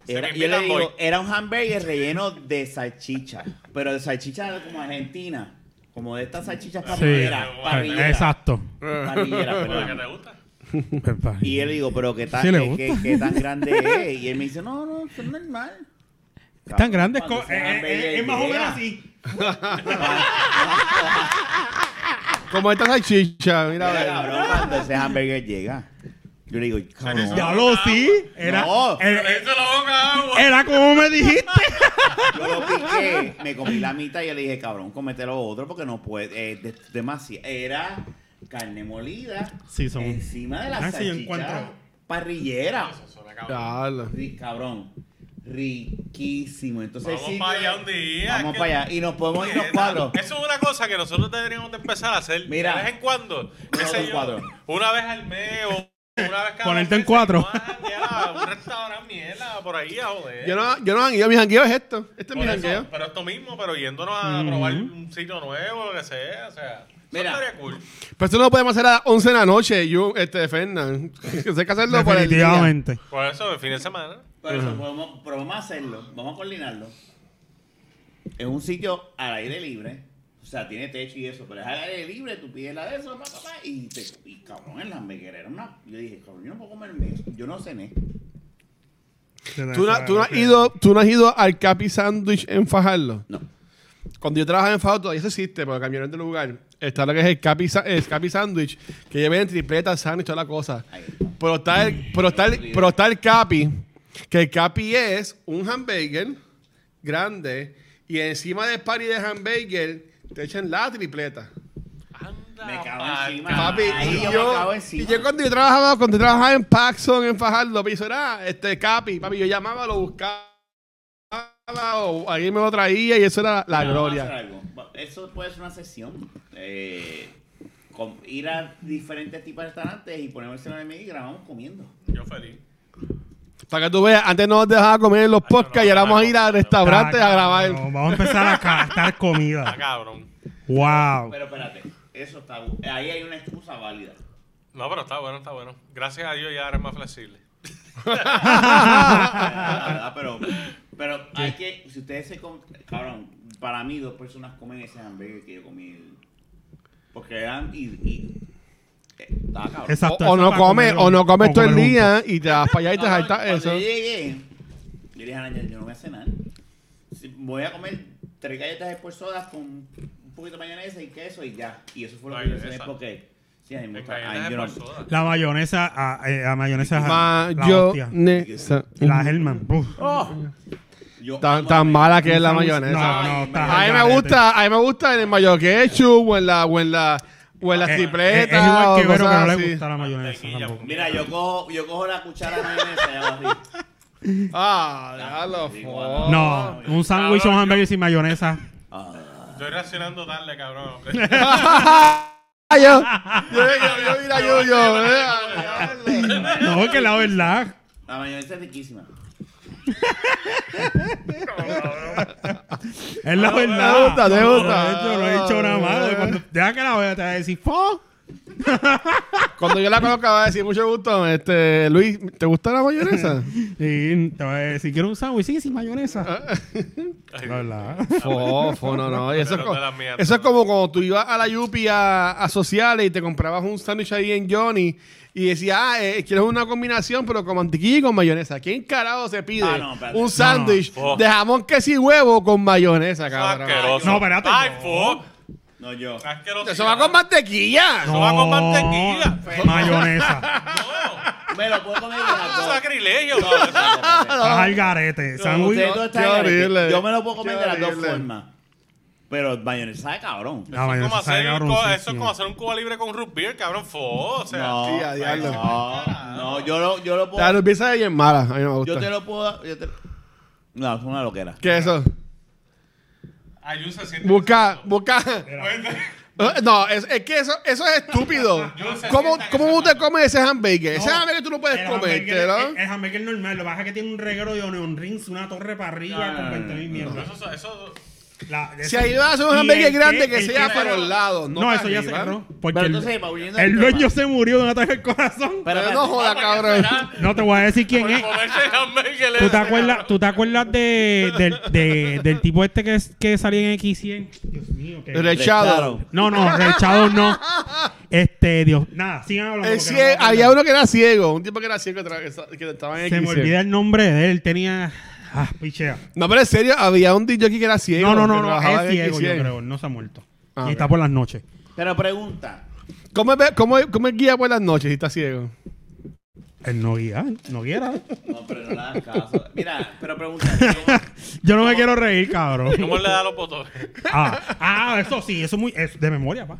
S4: Se
S2: Era,
S4: me
S2: yo le
S4: invitan,
S2: digo,
S4: voy.
S2: era un hamburger relleno de salchicha. Pero de salchicha como argentina. Como de estas salchichas parrilleras.
S4: Sí.
S2: parrilleras,
S1: Exacto.
S2: parrilleras,
S4: ¿Pero que
S2: perdón.
S4: te gusta?
S2: Y él le digo, pero qué tan,
S1: Sí
S2: eh,
S1: le
S2: qué-
S1: gusta.
S2: qué- qué tan grande es. Y él me dice, no, no, eso es normal.
S1: Es tan grande. Es,
S2: Cuando
S1: co-
S2: ese
S1: eh, eh,
S2: hamburger
S1: eh, es más o menos
S2: llega,
S1: así.
S3: Como esta salchicha, mira.
S2: Mira,
S3: ve.
S2: cabrón, cuando ese hamburger llega. Yo le digo, cabrón.
S1: Ya lo sí. Era,
S2: No.
S1: era,
S4: ¡Le hizo la boca
S2: Eh,
S4: agua!
S1: era como me dijiste.
S2: Yo lo piqué, me comí la mitad y yo le dije, cabrón, comete lo otro porque no puede. Es demasiado. Era carne molida
S1: Sí, son-
S2: encima de la
S1: Ah, sí, yo
S2: salchicha
S1: encuentro.
S2: parrillera.
S4: Eso suena
S2: eh,
S4: cabrón.
S3: Diablo.
S2: Ri- cabrón, riquísimo. Entonces,
S4: Vamos
S2: sí,
S4: para allá un día,
S2: Vamos
S4: que-
S2: para allá y nos podemos ir los
S4: Mira,
S2: cuatro.
S4: Eso es una cosa que nosotros deberíamos de empezar a hacer
S2: Mira.
S4: de vez en cuando. qué
S2: Uno,
S4: sé
S2: dos,
S4: yo,
S2: cuatro.
S4: una vez al mes o una vez cada
S1: Ponerte
S4: dos
S1: en
S4: meses,
S1: cuatro.
S4: y vamos a un restaurante mierda por ahí a joder.
S3: Yo no, yo no jangueo, mi jangueo es esto. Este es mi
S4: Por eso,
S3: jangueo.
S4: pero esto mismo, pero yéndonos a probar un sitio nuevo, lo que sea, o sea, eso
S2: Mira.
S4: estaría cool.
S3: Pero esto no lo podemos hacer a las 11 de la noche, yo, este, Fernan. Hay que hacerlo por el día.
S1: Definitivamente.
S4: Por Pues eso, el fin de semana.
S2: Por eso, podemos, pero vamos a hacerlo, vamos a coordinarlo. Es un sitio al aire libre. O sea, tiene techo y eso, pero es al aire libre, tú pides la de eso, pa, pa, pa, y, te, y cabrón, el hamburger era una... Yo dije, cabrón, yo no puedo comerme eso. Yo no cené.
S3: ¿Tú no, tú no has ido, tú no has ido al Capi Sandwich en Fajardo?
S2: No.
S3: Cuando yo trabajaba en Fajardo, todavía eso existe, pero cambiaron de lugar. Está lo que es el Capi, Sa- el Capi Sandwich, que lleva en tripletas, sándwich, toda la cosa.
S2: Ahí está.
S3: Pero está el, pero está el- pero está el Capi, que el Capi es un hamburger grande y encima del party de hamburger te echan la tripleta.
S4: Anda,
S2: Me cago
S4: pa'l
S2: encima.
S4: carajo.
S3: Papi,
S2: Ahí
S3: y
S2: yo me acabo
S3: yo,
S2: encima.
S3: y yo cuando yo trabajaba, cuando yo trabajaba en Paxson, en Fajardo, piso era este Capi, papi, yo llamaba, lo buscaba, o alguien me lo traía y eso era
S2: Mira, vamos
S3: la
S2: a hacer
S3: gloria.
S2: algo. Va- Eso puede ser una sesión. Eh, com- ir a diferentes tipos de restaurantes y ponerse en el medio y grabamos comiendo.
S4: Yo feliz.
S3: Para que tú veas, antes no nos dejaba comer en los podcasts y ahora vamos a ir a restaurantes a grabar.
S1: Vamos a empezar a gastar
S4: Está
S1: comida.
S4: Ah, cabrón.
S1: Wow.
S2: Pero espérate, eso está... Ahí hay una excusa válida.
S4: No, pero está bueno, está bueno. Gracias a Dios ya eres más flexible.
S2: La verdad, Ah, pero, pero hay que, si ustedes se com- cabrón, para mí dos personas comen ese hamburger que yo comí. el- Porque eran y, y eh, estaba cabrón.
S3: O,
S1: Exacto.
S3: o
S1: eso
S3: no
S1: para
S3: comes,
S1: comerlo-
S3: o no comes todo el
S1: comerlo
S3: día y te vas para allá y te
S2: Cabrón,
S3: saltas
S2: cuando
S3: eso.
S2: Yo llegué, yo le dije a Naya, yo no voy a cenar. Si- Voy a comer tres galletas de por sodas con un poquito de mayonesa y queso y ya. Y eso fue lo que yo cené
S4: Mayonesa.
S2: porque sí, a mí me
S4: Me
S2: gusta.
S4: caí
S2: Ay,
S4: en
S2: yo no-
S4: la soda.
S1: junto. La mayonesa, a, eh, la mayonesa es la hostia.
S3: Mayonesa.
S1: La Hellman. Uf.
S2: Oh, yo
S3: Tan,
S2: amo
S3: tan
S2: la
S3: mala que es la
S1: No,
S3: mayonesa.
S1: No, no, está Eh,
S3: A mí me
S1: garete.
S3: gusta, a mí me gusta en el mayo ketchup o en la, o en la, o en la
S1: Eh,
S3: tripleta.
S1: Es, es igual que
S3: o
S1: Vero que
S3: cosas
S1: no le
S3: así.
S1: gusta la mayonesa.
S4: Mantequilla,
S1: tampoco.
S2: Mira, yo cojo, yo cojo la cuchara de mayonesa y hago así.
S3: Ah, déjalo. fo-
S1: No, un sándwich o un hamburger sin mayonesa.
S4: Estoy reaccionando tarde, cabrón.
S3: Ah, yo, yo, yo, yo, mira, yo, yo, eh, diablo.
S1: No, es que la verdad.
S2: La mayonesa es riquísima.
S1: Es la verdad.
S3: gusta, te
S1: No,
S3: gusta.
S1: de hecho, no he hecho nada malo.
S3: Eh.
S1: Cuando- Deja que la vea, te va a decir, ¡fo!
S3: Cuando yo la conozca va a decir mucho gusto, este, Luis, ¿te gusta la mayonesa?
S1: Y te va a decir, quiero un sándwich, sí, sin mayonesa.
S3: Ah.
S1: La verdad.
S3: Fofo, no, no. y eso, es
S4: Pero
S3: co-
S4: de las mías,
S3: eso es
S4: no.
S3: como cuando tú ibas a la Yupi a, a sociales y te comprabas un sándwich ahí en Johnny y decías, ah, eh, quieres una combinación, pero con mantequilla y con mayonesa. ¿Quién carajo se pide
S2: Ah, no, espérate.
S3: un sándwich
S4: No, no.
S3: de jamón, queso y huevo con mayonesa, cabrón?
S4: Asqueroso.
S1: No, espérate.
S4: Ay,
S1: No.
S4: fuck.
S2: No yo.
S4: Asqueroso.
S3: Eso va con mantequilla.
S4: Eso va con mantequilla.
S1: Mayonesa.
S4: No.
S2: Me lo puedo comer con las
S4: Eso es
S2: dos.
S4: sacrilegio.
S2: No, no, no, no, no.
S1: Estás al garete. Sándwich.
S2: Ustedes dos están
S3: Qué
S2: en el garete.
S3: horrible.
S2: Yo me lo puedo comer
S3: Qué
S2: de las dos
S3: horrible.
S2: formas. Pero mayonesa sabe cabrón.
S1: La
S4: Eso es como
S1: mayonesa sabe
S4: hacer un
S1: cabrón.
S4: co- Eso es como hacer un cuba libre con root beer, cabrón. Fo, o sea.
S2: No, pues,
S3: Sí, a diablo.
S2: no, no, yo lo, yo lo
S3: La
S2: puedo.
S3: cerveza de ella es mala, a mí no me
S2: Yo
S3: gusta.
S2: te lo puedo. Yo te... No, es una loquera.
S3: ¿Qué es eso?
S4: Ayun se siente.
S3: Busca, busca.
S4: Oye,
S3: Eh, No, es, es que eso, eso es estúpido.
S4: Yo sé
S3: ¿Cómo,
S4: que está
S3: ¿cómo
S4: que
S3: tú
S4: está
S3: te comes ese hamburger? Ese
S1: No,
S3: hamburger tú no puedes
S1: el
S3: comer,
S1: hamburger-
S3: ¿verdad?
S1: el- El hamburger normal, lo que pasa es que tiene un reguero de onion rings, una torre para arriba
S2: No,
S1: con
S2: no,
S1: 20 mil mierdas.
S4: Eso, eso,
S1: La-
S3: Si
S1: eso-
S3: ahí vas a hacer un
S1: y
S3: hamburger
S1: el
S3: grande que
S1: el
S3: sea
S1: queso-
S3: para los lados, no
S1: No,
S3: para
S1: eso ya se
S3: arriba.
S1: cerró. Porque
S2: Pero
S1: el-
S2: entonces, va huyendo
S1: el
S2: del
S1: dueño
S2: tema.
S1: se murió de un ataque al corazón.
S3: Pero no joda, cabrón. Eh,
S1: No te voy a decir quién es. ¿Tú te acuerdas, tú te acuerdas de, del- de- del tipo este que, es- que salía en X100? Dios mío. que-
S3: Pero el Shadow.
S1: No, no, rechado no. Este, Dios. Nada, sigan hablando.
S3: El
S1: porque
S3: cie-
S1: no me acuerdo.
S3: había uno que era ciego, un tipo que era ciego que, tra- que estaba en
S1: Se me
S3: X-Men.
S1: olvida el nombre de él. Tenía. Ah, pichea.
S3: No, pero en serio, había un DJ que era ciego.
S1: No, no,
S3: que
S1: no, no.
S3: trabajaba
S1: Es
S3: en
S1: ciego, yo
S3: X-Men.
S1: creo. No se ha muerto.
S3: Ah,
S1: y
S3: ok.
S1: está por las noches.
S2: Pero pregunta.
S3: ¿Cómo, es- cómo, es- cómo es guía por las noches si está ciego?
S1: Él no guía, no guiera.
S2: No, pero no le hagas caso. Mira, pero pregunta.
S1: Yo no me quiero reír, cabrón.
S4: ¿Cómo le da los botones?
S1: Ah, ah, eso sí, eso es muy es de memoria, pa.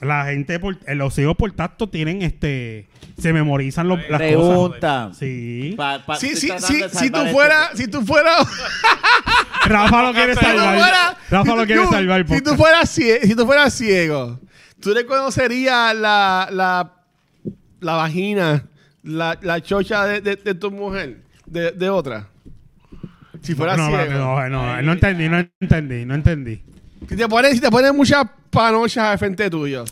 S1: La gente por, eh, los hijos por tacto tienen este se memorizan los, las cosas.
S4: Pregunta.
S2: Pregunta.
S1: Sí.
S2: Ah,
S3: Sí, sí, sí, si tú
S2: este
S3: fueras, si tú fueras, si
S1: Rafa lo quiere
S3: tú fueras,
S1: salvar. Rafa
S3: si
S1: lo
S3: tú-
S1: quiere salvar el
S3: si tú
S1: podcast.
S3: fueras, cie- si tú fueras ciego, tú reconocerías la, la, la vagina, la, la chocha de, de- de tu mujer, de, de otra. Si fueras
S1: no,
S3: ciego.
S1: espérate, no, no, no entendí, no entendí, no entendí.
S3: Si te pones, si te pones muchas panochas al frente tuyo,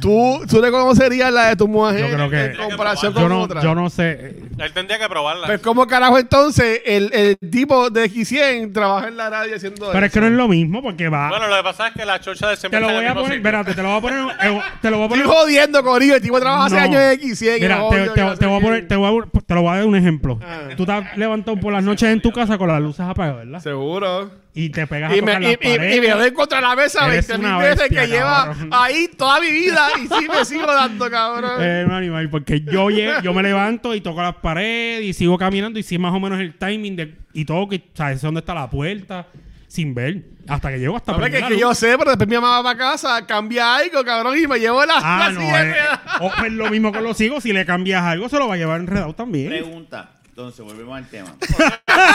S3: tú, tú reconocerías la de tu mujer
S1: Yo creo que-
S3: en comparación con
S1: Yo no,
S3: otra.
S1: yo no sé. eh,
S4: Él tendría que probarla.
S3: Pues cómo carajo entonces el, el tipo de X100 trabaja en la radio haciendo
S1: Pero es
S3: eso?
S1: que no es lo mismo porque va.
S4: bueno, lo que pasa es que la chocha de siempre
S1: ah. te lo
S4: está en
S1: voy
S4: el
S1: a
S4: mismo
S1: poner,
S4: sitio.
S1: espérate, te lo voy a poner, eh, te lo voy a poner
S3: Estoy jodiendo, Corillo. El tipo trabaja "Ah, hace
S1: No.
S3: años en X100.
S1: Mira, te, te- te voy a poner, te, voy a, te lo voy a dar un ejemplo.
S3: Ah.
S1: Tú te has levantado por las noches en tu casa con las luces apagadas, ¿verdad?
S3: Seguro.
S1: Y te pegas
S3: Y
S1: a tocar
S3: me, y,
S1: las
S3: y- y
S1: paredes.
S3: me doy contra la mesa
S1: Eres
S3: 20 mil
S1: una
S3: veces
S1: bestia,
S3: que lleva
S1: cabrón.
S3: ahí toda mi vida. Y sí me sigo dando, cabrón.
S1: Eh, un animal, porque yo, lle- yo me levanto y toco las paredes y sigo caminando y si más o menos el timing de, y todo, que, o sea, sé dónde está la puerta, sin ver, hasta que llego hasta
S3: Hombre,
S1: prender
S3: que,
S1: la
S3: que
S1: luz.
S3: yo sé, pero después mi mamá va a casa, cambia algo, cabrón, y me llevo la,
S1: Ah,
S3: la
S1: no,
S3: siguiente.
S1: eh, o, pues, lo mismo con los higos, si le cambias algo se lo va a llevar enredado también.
S2: Pregunta. Entonces, volvemos al tema.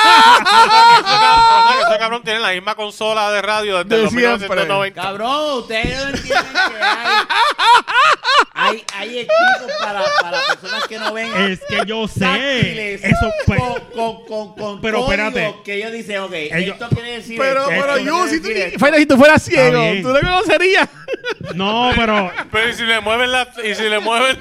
S4: Ese cabrón- ese cabrón tiene la misma consola de radio desde
S3: De
S4: los
S3: siempre.
S4: 1990.
S2: Cabrón, ustedes no entienden que hay, hay, hay equipos para, para personas que no ven.
S1: Es que yo sé.
S2: táctiles
S1: Eso pues,
S2: con, con, con, con
S1: Pero
S2: códigos
S1: espérate.
S2: que ellos dicen, ok,
S1: Ellos-
S2: esto quiere decir
S3: Pero,
S2: esto,
S1: eh,
S3: pero
S2: esto
S3: yo,
S2: quiere
S3: si tú,
S2: decir esto.
S3: Faina, si tú fueras ciego,
S1: bien.
S3: tú lo conocerías.
S1: No, pero
S4: Pero ¿y si le mueven la... Y si le mueven...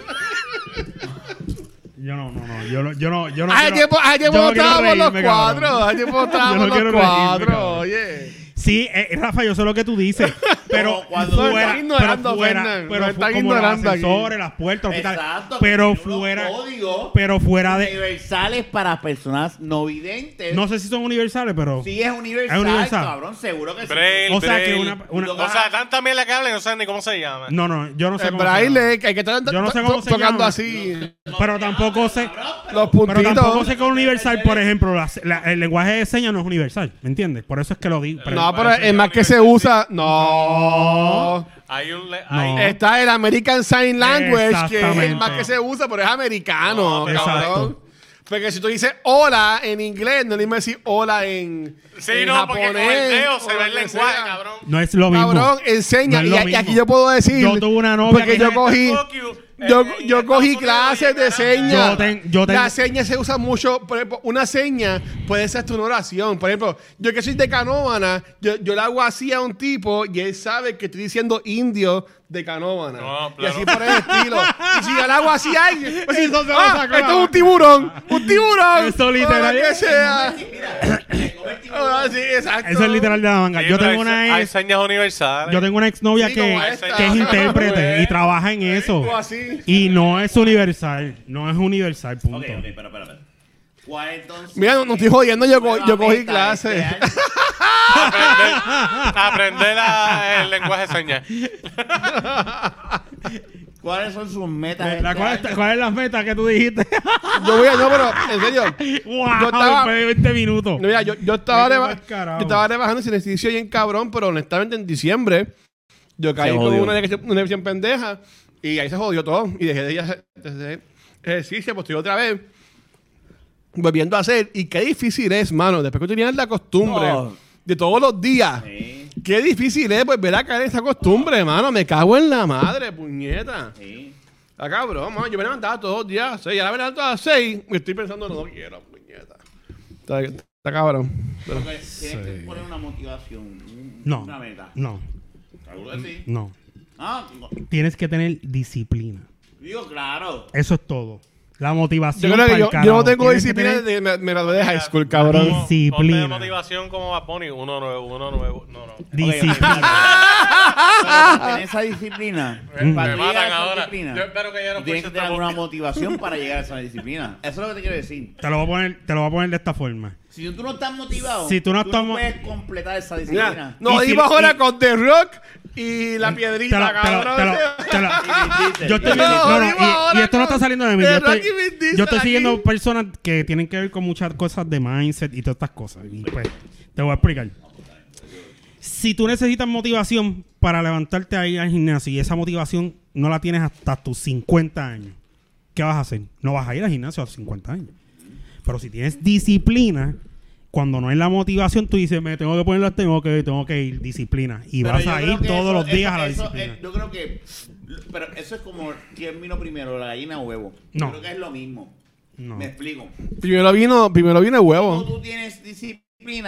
S1: yo no, no, no, yo no, yo no, yo no
S3: Hace
S1: quiero-
S3: tiempo, hace
S1: yo
S3: tiempo
S1: no quiero
S3: estábamos los
S1: reírme, cabrón.
S3: cuatro. Hace tiempo estábamos
S1: quiero
S3: los
S1: reírme,
S3: cuatro.
S1: cabrón.
S3: Oye.
S1: Sí, eh, Rafa, yo sé lo que tú dices. Pero
S2: No, cuando-
S1: fuera,
S2: Nos están
S1: pero
S3: ignorando,
S1: fuera,
S3: Fernan,
S1: pero
S3: nos
S1: fu-
S3: están
S1: como
S3: ignorando
S1: los
S3: aquí.
S1: ascensores, las puertas, los hospitales,
S2: Exacto,
S1: pero
S2: que tiene unos
S1: fuera,
S2: códigos
S1: pero fuera de,
S2: universales para personas no videntes.
S1: no sé si son universales, pero,
S2: si es universal,
S1: Es universal.
S2: cabrón, seguro que sí.
S4: Braille,
S1: o sea que
S4: braille.
S1: una, una-
S2: Lo-
S4: O sea, tanta mierda que habla y no saben ni cómo se llama.
S1: no, no, yo no sé.
S3: El
S1: cómo se llama.
S3: braille, que hay que estar
S1: Yo no sé
S3: to-
S1: cómo se
S3: tocando
S1: llama.
S3: así
S1: pero tampoco sé,
S3: los
S1: pero tampoco
S3: puntitos.
S1: sé que es universal, por ejemplo, la- la- el lenguaje de señas no es universal, ¿me entiendes? Por eso es que lo digo. pero-
S3: No, pero
S4: parece
S3: es más que se usa. No.
S4: Hay un... le-
S1: No.
S4: hay- eh,
S3: Está el American Sign Language, que es el
S1: Exactamente.
S3: más que se usa, pero es americano.
S4: No, pero-
S3: cabrón. Porque si tú dices hola en inglés, no le mismo decir hola en.
S4: Sí,
S3: en
S4: no, porque con el dedo
S3: o
S4: se
S3: lo
S4: ve el
S3: que
S4: lenguaje,
S3: sea.
S4: cabrón.
S1: no es lo mismo.
S3: Cabrón,
S1: No
S3: enseña.
S1: es
S3: y,
S1: lo
S3: a- y aquí
S1: mismo.
S3: yo puedo decir.
S1: Yo tuve una novia
S3: Porque
S1: que
S3: yo
S1: era-
S3: cogí.
S4: Fuck you.
S3: Yo,
S4: Eh, eh,
S3: yo
S4: en
S3: cogí
S4: Estados Unidos
S3: clases de
S4: llegaron-
S3: señas.
S1: Yo ten- yo ten-
S3: Las señas se usan mucho. Por ejemplo, una seña puede ser tu oración. Por ejemplo, yo que soy de Canóvana, yo, yo le hago así a un tipo y él sabe que estoy diciendo indio de Canóvana.
S4: No,
S3: Y
S4: claro.
S3: así por el estilo. y si yo le hago así a alguien, pues,
S1: Eso se lo
S3: "Ah,
S1: sacó,
S3: esto
S1: ah".
S3: es un tiburón. ¡Un tiburón!
S1: Eso
S3: O lo
S1: literal.
S3: que sea. Ah, sí,
S2: Mira,
S3: exacto.
S1: Eso es literal de la manga.
S4: Sí,
S1: yo
S4: pero
S1: tengo
S4: hay-
S1: una
S4: Hay
S1: ex,
S4: señas universales.
S1: yo tengo una exnovia
S3: Sí,
S1: que,
S3: como esta.
S1: que es intérprete y trabaja en eso.
S3: O así.
S1: Y no es universal, no es universal, punto.
S2: Ok, ok, espera, espera, espera. ¿Cuál entonces?
S3: Mira, no, no estoy jodiendo, yo, co- yo cogí
S2: clase.
S3: clases.
S4: Aprender, aprender la- el lenguaje de señas.
S2: ¿Cuáles son sus metas?
S1: La-
S2: este
S1: ¿cuál,
S2: año?
S1: es, ¿Cuál es la meta que tú dijiste?
S3: Yo voy a, no, pero en serio.
S1: wow,
S3: Yo estaba-
S1: después de 20 minutos.
S3: No, mira, yo, yo estaba
S1: Vete
S3: reba-
S1: pa'l carajo.
S3: yo estaba rebajando sin ejercicio y en cabrón, pero honestamente en diciembre yo caí con
S2: jodió.
S3: una depresión, una depresión pendeja y ahí se jodió todo y dejé de ir a hacer- de hacer ejercicio, pues estoy otra vez volviendo a hacer y qué difícil es, mano, después que tú tienes la costumbre
S2: No.
S3: de todos los días
S2: Sí.
S3: Qué difícil es, pues, ver a caer en esa costumbre, hermano. Me cago en la madre, puñeta.
S2: Sí.
S3: Está cabrón, mano. Yo me levantaba todos los días a las seis. Ahora me levanto a las seis y estoy pensando, no, no quiero, puñeta. Está, está cabrón. Pero-
S2: Porque tienes que poner una motivación, un-
S1: No,
S2: una meta.
S1: no,
S2: Seguro que sí.
S1: no.
S2: Ah, no.
S1: Tienes que tener disciplina.
S2: digo, claro.
S1: Eso es todo. La motivación.
S3: yo creo
S1: pa'l
S3: que yo, yo
S1: carajo.
S3: no tengo
S1: Tienes que
S3: disciplina
S1: tener-
S3: desde que me, me gradué de high school,
S4: Como-
S3: cabrón.
S1: Dis- Disciplina.
S4: ponte de motivación como Bad Bunny, uno nuevo, uno nuevo, no, no.
S1: Disciplina.
S2: Pero con esa disciplina. para
S4: Me- me
S2: tú llegar a
S4: matan
S2: esa
S4: ahora.
S2: disciplina,
S4: Yo espero que ya no
S2: tú Tienes que
S4: escuches
S2: tener
S4: esta
S2: una
S4: voz.
S2: motivación para llegar a esa disciplina. Eso es lo que te quiero decir.
S1: te, lo voy a poner, te lo voy a poner de esta forma.
S2: Si tú no estás motivado,
S1: Si tú no estás mo-
S2: puedes completar esa
S3: Mira,
S2: disciplina.
S3: nos
S1: Y si-
S3: dimos ahora
S1: y-
S3: con The Rock y la piedrita,
S1: Te lo- te lo-
S3: cabrón.
S1: te lo- te lo- Yo estoy
S3: No,
S1: viendo, no, no, y-
S3: ahora
S1: y, esto no
S3: con
S1: está saliendo de mí.
S3: The
S1: Yo
S3: Rock
S1: estoy,
S3: y Vin Diesel
S1: yo estoy
S3: aquí.
S1: siguiendo personas que tienen que ver con muchas cosas de mindset y todas estas cosas. Y pues, te voy a explicar. Si tú necesitas motivación para levantarte a ir al gimnasio y esa motivación no la tienes hasta tus 50 años, ¿qué vas a hacer? No vas a ir al gimnasio a los 50 años. Pero si tienes disciplina, cuando no hay la motivación, tú dices, me tengo que poner las tengo que, tengo que ir, disciplina. Y
S2: Pero
S1: vas
S2: yo
S1: a
S2: creo
S1: ir
S2: que
S1: todos
S2: eso-
S1: los
S2: eso-
S1: días a la
S2: eso eh,
S1: disciplina.
S2: es- yo creo que. Pero eso es como quién vino primero, la gallina o huevo.
S1: No.
S2: Yo creo que es lo mismo.
S1: No.
S2: Me explico.
S3: Primero vino, primero vino el
S2: ¿Cómo
S3: huevo.
S2: tú tienes disciplina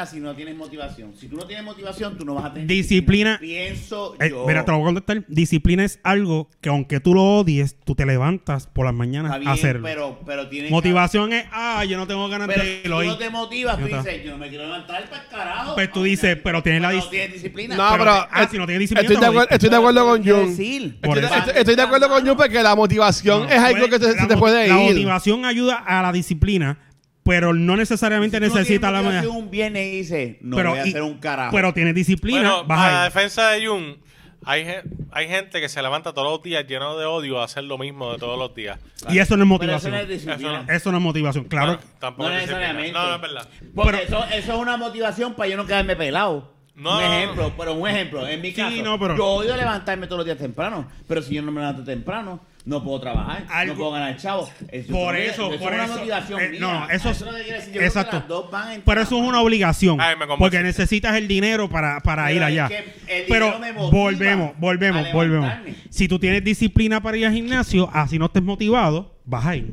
S2: si no tienes motivación? Si tú no tienes motivación, tú no vas a tener
S1: Disciplina-
S2: Pienso
S1: Eh,
S2: yo.
S1: mira, te lo voy a contestar. Disciplina es algo que aunque tú lo odies, tú te levantas por las
S2: Está
S1: mañanas
S2: bien,
S1: a hacerlo.
S2: pero, pero tienes que-
S1: Motivación es, ah, yo no tengo ganas
S2: Pero
S1: de
S2: si
S1: irlo
S2: tú
S1: hoy.
S2: no te motivas, tú
S1: Ya está.
S2: dices, yo no me quiero levantar para carajo.
S1: Pues tú
S2: Ah,
S1: dices,
S2: mira,
S1: pero tienes la
S2: pero
S1: dis-
S2: tienes disciplina.
S3: No,
S1: Pero-
S3: pero.
S1: ah, si no tiene disciplina,
S3: Estoy de
S1: te jodiste.
S3: acuerdo, estoy de acuerdo con
S2: Quiero
S3: Jun. Estoy,
S2: decir.
S1: Por
S3: de-
S1: eso.
S3: estoy- estoy de acuerdo con Jun porque la motivación es algo que te-
S1: pues, la
S3: se te
S1: mo-
S3: puede
S1: La
S3: ir.
S1: motivación ayuda a la disciplina, pero no necesariamente
S2: Tú no
S1: necesita la
S2: tienes motivación
S1: motivación.
S2: un viernes y dices, no
S1: pero,
S2: voy a
S1: y-
S2: hacer un carajo. ah,
S1: pero tienes disciplina,
S4: Bueno,
S1: vas
S4: para la
S1: a ir.
S4: defensa de Jun, hay, gen- hay gente que se levanta todos los días lleno de odio a hacer lo mismo de todos los días.
S1: Y eso no es
S2: Pero eso
S1: motivación.
S2: no es
S1: Eso
S2: disciplina. Ah.
S1: no, es motivación, claro.
S4: Bueno, tampoco
S2: No
S4: es disciplina.
S2: necesariamente.
S4: No, no es verdad.
S2: Porque
S1: Pero-
S2: eso, eso es una motivación para yo no quedarme pelado.
S4: No,
S2: un
S4: no, no.
S2: ejemplo, pero un ejemplo. En mi
S1: Sí,
S2: caso,
S1: no, pero-
S2: yo odio levantarme todos los días temprano. Pero si yo no me levanto temprano, no puedo trabajar,
S1: Algo-
S2: no puedo ganar chavo. Eso
S1: por
S2: es-
S1: eso,
S2: es
S1: por
S2: una
S1: eso.
S2: motivación
S1: Eh,
S2: mía.
S1: no, no, eso es-
S2: es lo que quiero decir. Yo creo que
S1: exacto.
S2: las dos van en
S1: Pero eso es
S2: tierra.
S1: una obligación.
S4: Ay, me convenciste.
S1: porque necesitas el dinero para, para
S2: Pero
S1: ir
S2: es
S1: allá.
S2: que el
S1: Pero
S2: dinero me motiva
S1: volvemos,
S2: a
S1: volvemos, volvemos.
S2: levantarme.
S1: Si tú tienes disciplina para ir al gimnasio, así no estés motivado, vas a ir.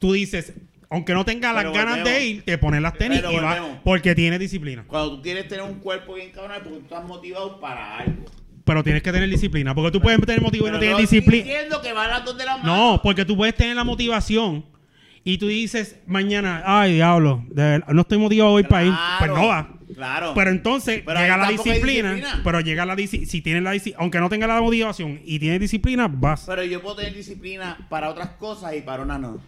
S1: Tú dices, aunque no tengas las
S2: Pero
S1: ganas de
S2: volvemos.
S1: ir, te pones las tenis
S2: Pero
S1: y vas
S2: volvemos.
S1: porque tienes disciplina.
S2: Cuando tú quieres tener un cuerpo bien cabrón, es porque tú estás motivado para algo.
S1: Pero tienes que tener disciplina. Porque tú puedes tener motivo y no
S2: Pero
S1: tienes
S2: estoy
S1: disciplina.
S2: diciendo que van las dos de la mano.
S1: No, porque tú puedes tener la motivación y tú dices mañana, ay diablo, de verdad, no estoy motivado hoy para ir. Pues
S2: Claro,
S1: no va.
S2: Claro.
S1: Pero entonces
S2: Pero
S1: llega
S2: ahí
S1: la
S2: tampoco hay
S1: disciplina,
S2: disciplina.
S1: Pero llega la disciplina. Si tienes la disci- aunque no tenga la motivación y tienes disciplina, vas.
S2: Pero yo puedo tener disciplina para otras cosas y para una no.